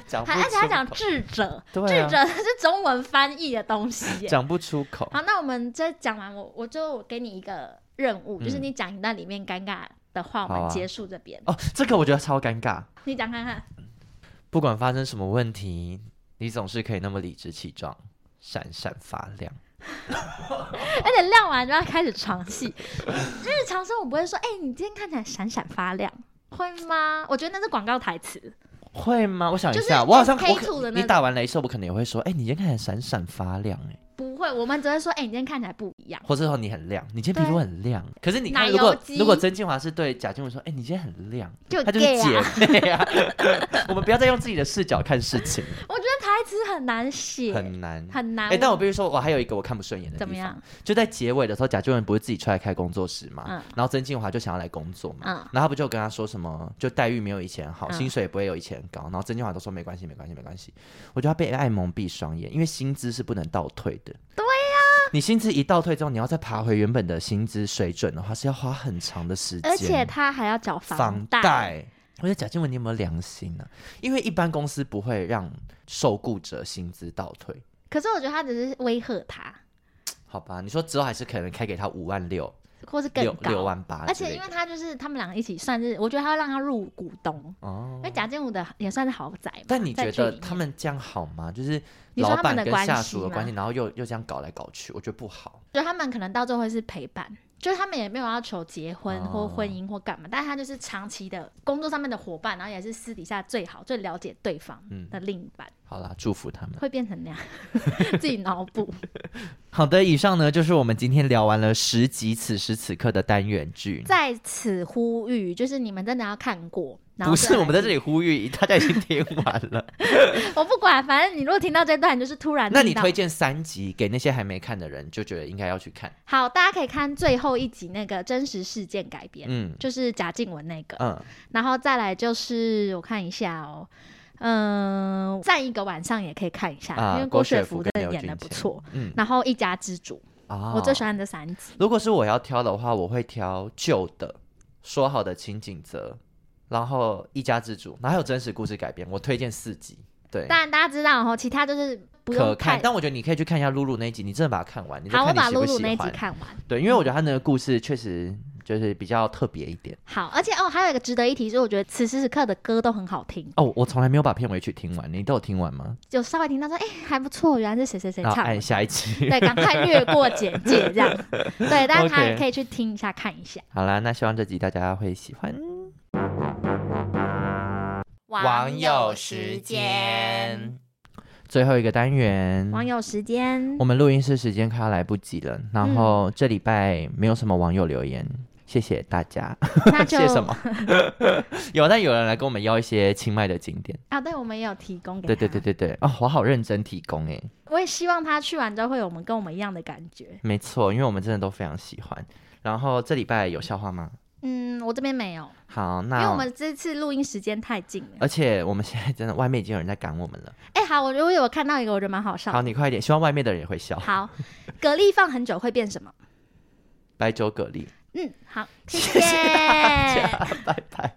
Speaker 1: 讲不
Speaker 2: 啊还而且他讲
Speaker 1: 出口
Speaker 2: 智者，
Speaker 1: 对啊
Speaker 2: 智者 是中文翻译的东西耶。
Speaker 1: 讲不出口，
Speaker 2: 好，那我们这讲完，我我就给你一个任务，就是
Speaker 1: 嗯
Speaker 2: 你讲一段里面尴尬的话，我
Speaker 1: 好
Speaker 2: 们
Speaker 1: 啊
Speaker 2: 结束这边。
Speaker 1: 哦，这个我觉得超尴尬。
Speaker 2: 你讲看看，
Speaker 1: 不管发生什么问题，你总是可以那么理直气壮，闪闪发亮。
Speaker 2: 而且亮完就要开始床戏。 日常生活不会说，哎、你今天看起来闪闪发亮，会吗？我觉得那是广告台词。
Speaker 1: 会吗？我想一
Speaker 2: 就是
Speaker 1: 下，我好像
Speaker 2: SK-II
Speaker 1: 我可
Speaker 2: 的那
Speaker 1: 你打完镭射，我可能也会说，哎、你今天看起来闪闪发亮、哎，
Speaker 2: 不会，我们只会说，哎、你今天看起来不一样。
Speaker 1: 或者说你很亮，你今天皮肤很亮。可是你
Speaker 2: 奶
Speaker 1: 看，
Speaker 2: 油
Speaker 1: 如果
Speaker 2: 肌
Speaker 1: 如果曾庆华是对贾静雯说，哎、你今天很亮，
Speaker 2: 就
Speaker 1: 她就是
Speaker 2: gay 啊，
Speaker 1: 姐妹啊。我们不要再用自己的视角看事情，
Speaker 2: 我觉得台词很难写，
Speaker 1: 很难。
Speaker 2: 很难。哦
Speaker 1: 哎、但我必须说，我还有一个我看不顺眼的地
Speaker 2: 怎
Speaker 1: 方，
Speaker 2: 么样？
Speaker 1: 就在结尾的时候，贾静雯不是自己出来开工作室嘛，
Speaker 2: 嗯
Speaker 1: 然后曾庆华就想要来工作嘛，
Speaker 2: 嗯
Speaker 1: 然后他不就跟他说什么，就待遇没有以前好，
Speaker 2: 嗯
Speaker 1: 薪水也不会有以前高，然后曾庆华都说没关系，没关系，没关系。我觉得他被爱蒙蔽双眼，因为薪资是不能倒退的。
Speaker 2: 对
Speaker 1: 呀、你薪资一倒退之后，你要再爬回原本的薪资水准的话，是要花很长的时间，
Speaker 2: 而且他还要缴
Speaker 1: 房
Speaker 2: 贷，
Speaker 1: 贷。我觉得贾静雯，你有没有良心呢、因为一般公司不会让受雇者薪资倒退，
Speaker 2: 可是我觉得他只是威吓他，
Speaker 1: 好吧？你说之后还是可能开给他五万六，
Speaker 2: 或是更
Speaker 1: 六
Speaker 2: 高。
Speaker 1: 六万啊八之类的，
Speaker 2: 而且因为他就是他们两个一起算是，我觉得他要让他入股东，
Speaker 1: 哦
Speaker 2: 因，为贾静武的也算是豪宅嘛。
Speaker 1: 但你
Speaker 2: 在
Speaker 1: 觉
Speaker 2: 剧里
Speaker 1: 得
Speaker 2: 面
Speaker 1: 他们这样好吗？就是
Speaker 2: 你说
Speaker 1: 老
Speaker 2: 他
Speaker 1: 板
Speaker 2: 们的
Speaker 1: 跟
Speaker 2: 关
Speaker 1: 下
Speaker 2: 系
Speaker 1: 属的关
Speaker 2: 吗
Speaker 1: 系，然后又又这样搞来搞去，我觉得不好。
Speaker 2: 就他们可能到最后会是陪伴，就是他们也没有要求结婚
Speaker 1: 哦
Speaker 2: 或婚姻或干嘛，但是他就是长期的工作上面的伙伴，然后也是私底下最好、最了解对方
Speaker 1: 嗯
Speaker 2: 的另一半，
Speaker 1: 好啦，祝福他们。
Speaker 2: 会变成那样， 自己脑补。
Speaker 1: 好的，以上呢就是我们今天聊完了十集此时此刻的单元剧，
Speaker 2: 在此呼吁，就是你们真的要看过，然后
Speaker 1: 不
Speaker 2: 再
Speaker 1: 是
Speaker 2: 来
Speaker 1: 我们在这里呼吁，大家已经听完 了。
Speaker 2: 听，我不管，反正你如果听到这段，你就是突然
Speaker 1: 那你
Speaker 2: 啊听到
Speaker 1: 推荐三集给那些还没看的人，就觉得应该要去看。
Speaker 2: 好，大家可以看最后一集那个真实事件改编，
Speaker 1: 嗯
Speaker 2: 就是贾静雯那个，
Speaker 1: 嗯，
Speaker 2: 然后再来就是我看一下哦，嗯、站一个晚上也可以看一下，
Speaker 1: 啊
Speaker 2: 因为
Speaker 1: 郭
Speaker 2: 雪
Speaker 1: 雪
Speaker 2: 芙
Speaker 1: 芙
Speaker 2: 真
Speaker 1: 跟
Speaker 2: 的
Speaker 1: 刘
Speaker 2: 演
Speaker 1: 俊
Speaker 2: 的不
Speaker 1: 杰
Speaker 2: 错。
Speaker 1: 嗯
Speaker 2: 然后一家之主，
Speaker 1: 啊
Speaker 2: 我最喜欢这三集。
Speaker 1: 如果是我要挑的话，我会挑旧的《说好的清景泽》，然后《一家之主》，然后还有真实故事改编，我推荐四集。对，
Speaker 2: 当然大家知道哦，其他就是不
Speaker 1: 可
Speaker 2: 用
Speaker 1: 看
Speaker 2: 看。。
Speaker 1: 但我觉得你可以去看一下露露那一集，你真的把它看完，你再
Speaker 2: 好，我
Speaker 1: 看你
Speaker 2: 把
Speaker 1: 喜
Speaker 2: 露
Speaker 1: 不
Speaker 2: 露
Speaker 1: 喜
Speaker 2: 那一
Speaker 1: 欢。
Speaker 2: 集看完。
Speaker 1: 对，因为我觉得他那个故事确实就是比较特别一点。
Speaker 2: 好，而且哦，还有一个值得一提是，我觉得此时此刻的歌都很好听，
Speaker 1: 哦，我从来没有把片尾曲听完，你都有听完吗？
Speaker 2: 就稍微听到说，哎、还不错，原来是谁谁谁
Speaker 1: 然后
Speaker 2: 唱
Speaker 1: 按
Speaker 2: 的。
Speaker 1: 下一集。
Speaker 2: 对，赶快略过简介 这样。对，大家
Speaker 1: OK
Speaker 2: 可以去听一下，看一下。
Speaker 1: 好啦，那希望这集大家会喜欢。
Speaker 3: 网友时间。
Speaker 1: 最后一个单元，
Speaker 2: 网友时间
Speaker 1: 我，们录音室时间快要来不及了，
Speaker 2: 嗯
Speaker 1: 然后这礼拜没有什么网友留言，谢谢大家。
Speaker 2: 那就
Speaker 1: 谢什么？有，但有人来跟我们要一些清迈的景点。
Speaker 2: 啊，对，我们也有提供给
Speaker 1: 对
Speaker 2: 他。
Speaker 1: 对对对对，哦，我好认真提供哎，
Speaker 2: 我也希望他去完之后会有我们跟我们一样的感觉。
Speaker 1: 没错，因为我们真的都非常喜欢。然后这礼拜有笑话吗？
Speaker 2: 嗯，我这边没有，
Speaker 1: 好，
Speaker 2: 因
Speaker 1: 那
Speaker 2: 为我们这次录音时间太近了。
Speaker 1: 而且我们现在真的外面已经有人在赶我们了。
Speaker 2: 哎、好，我我有看到一个，我觉得蛮好笑
Speaker 1: 好，
Speaker 2: 的。
Speaker 1: 你快一点，希望外面的人也会笑。
Speaker 2: 好， 蛤蜊放很久会变什么？
Speaker 1: 白酒蛤蜊，
Speaker 2: 嗯，好，谢哎
Speaker 1: 谢谢大家，拜拜。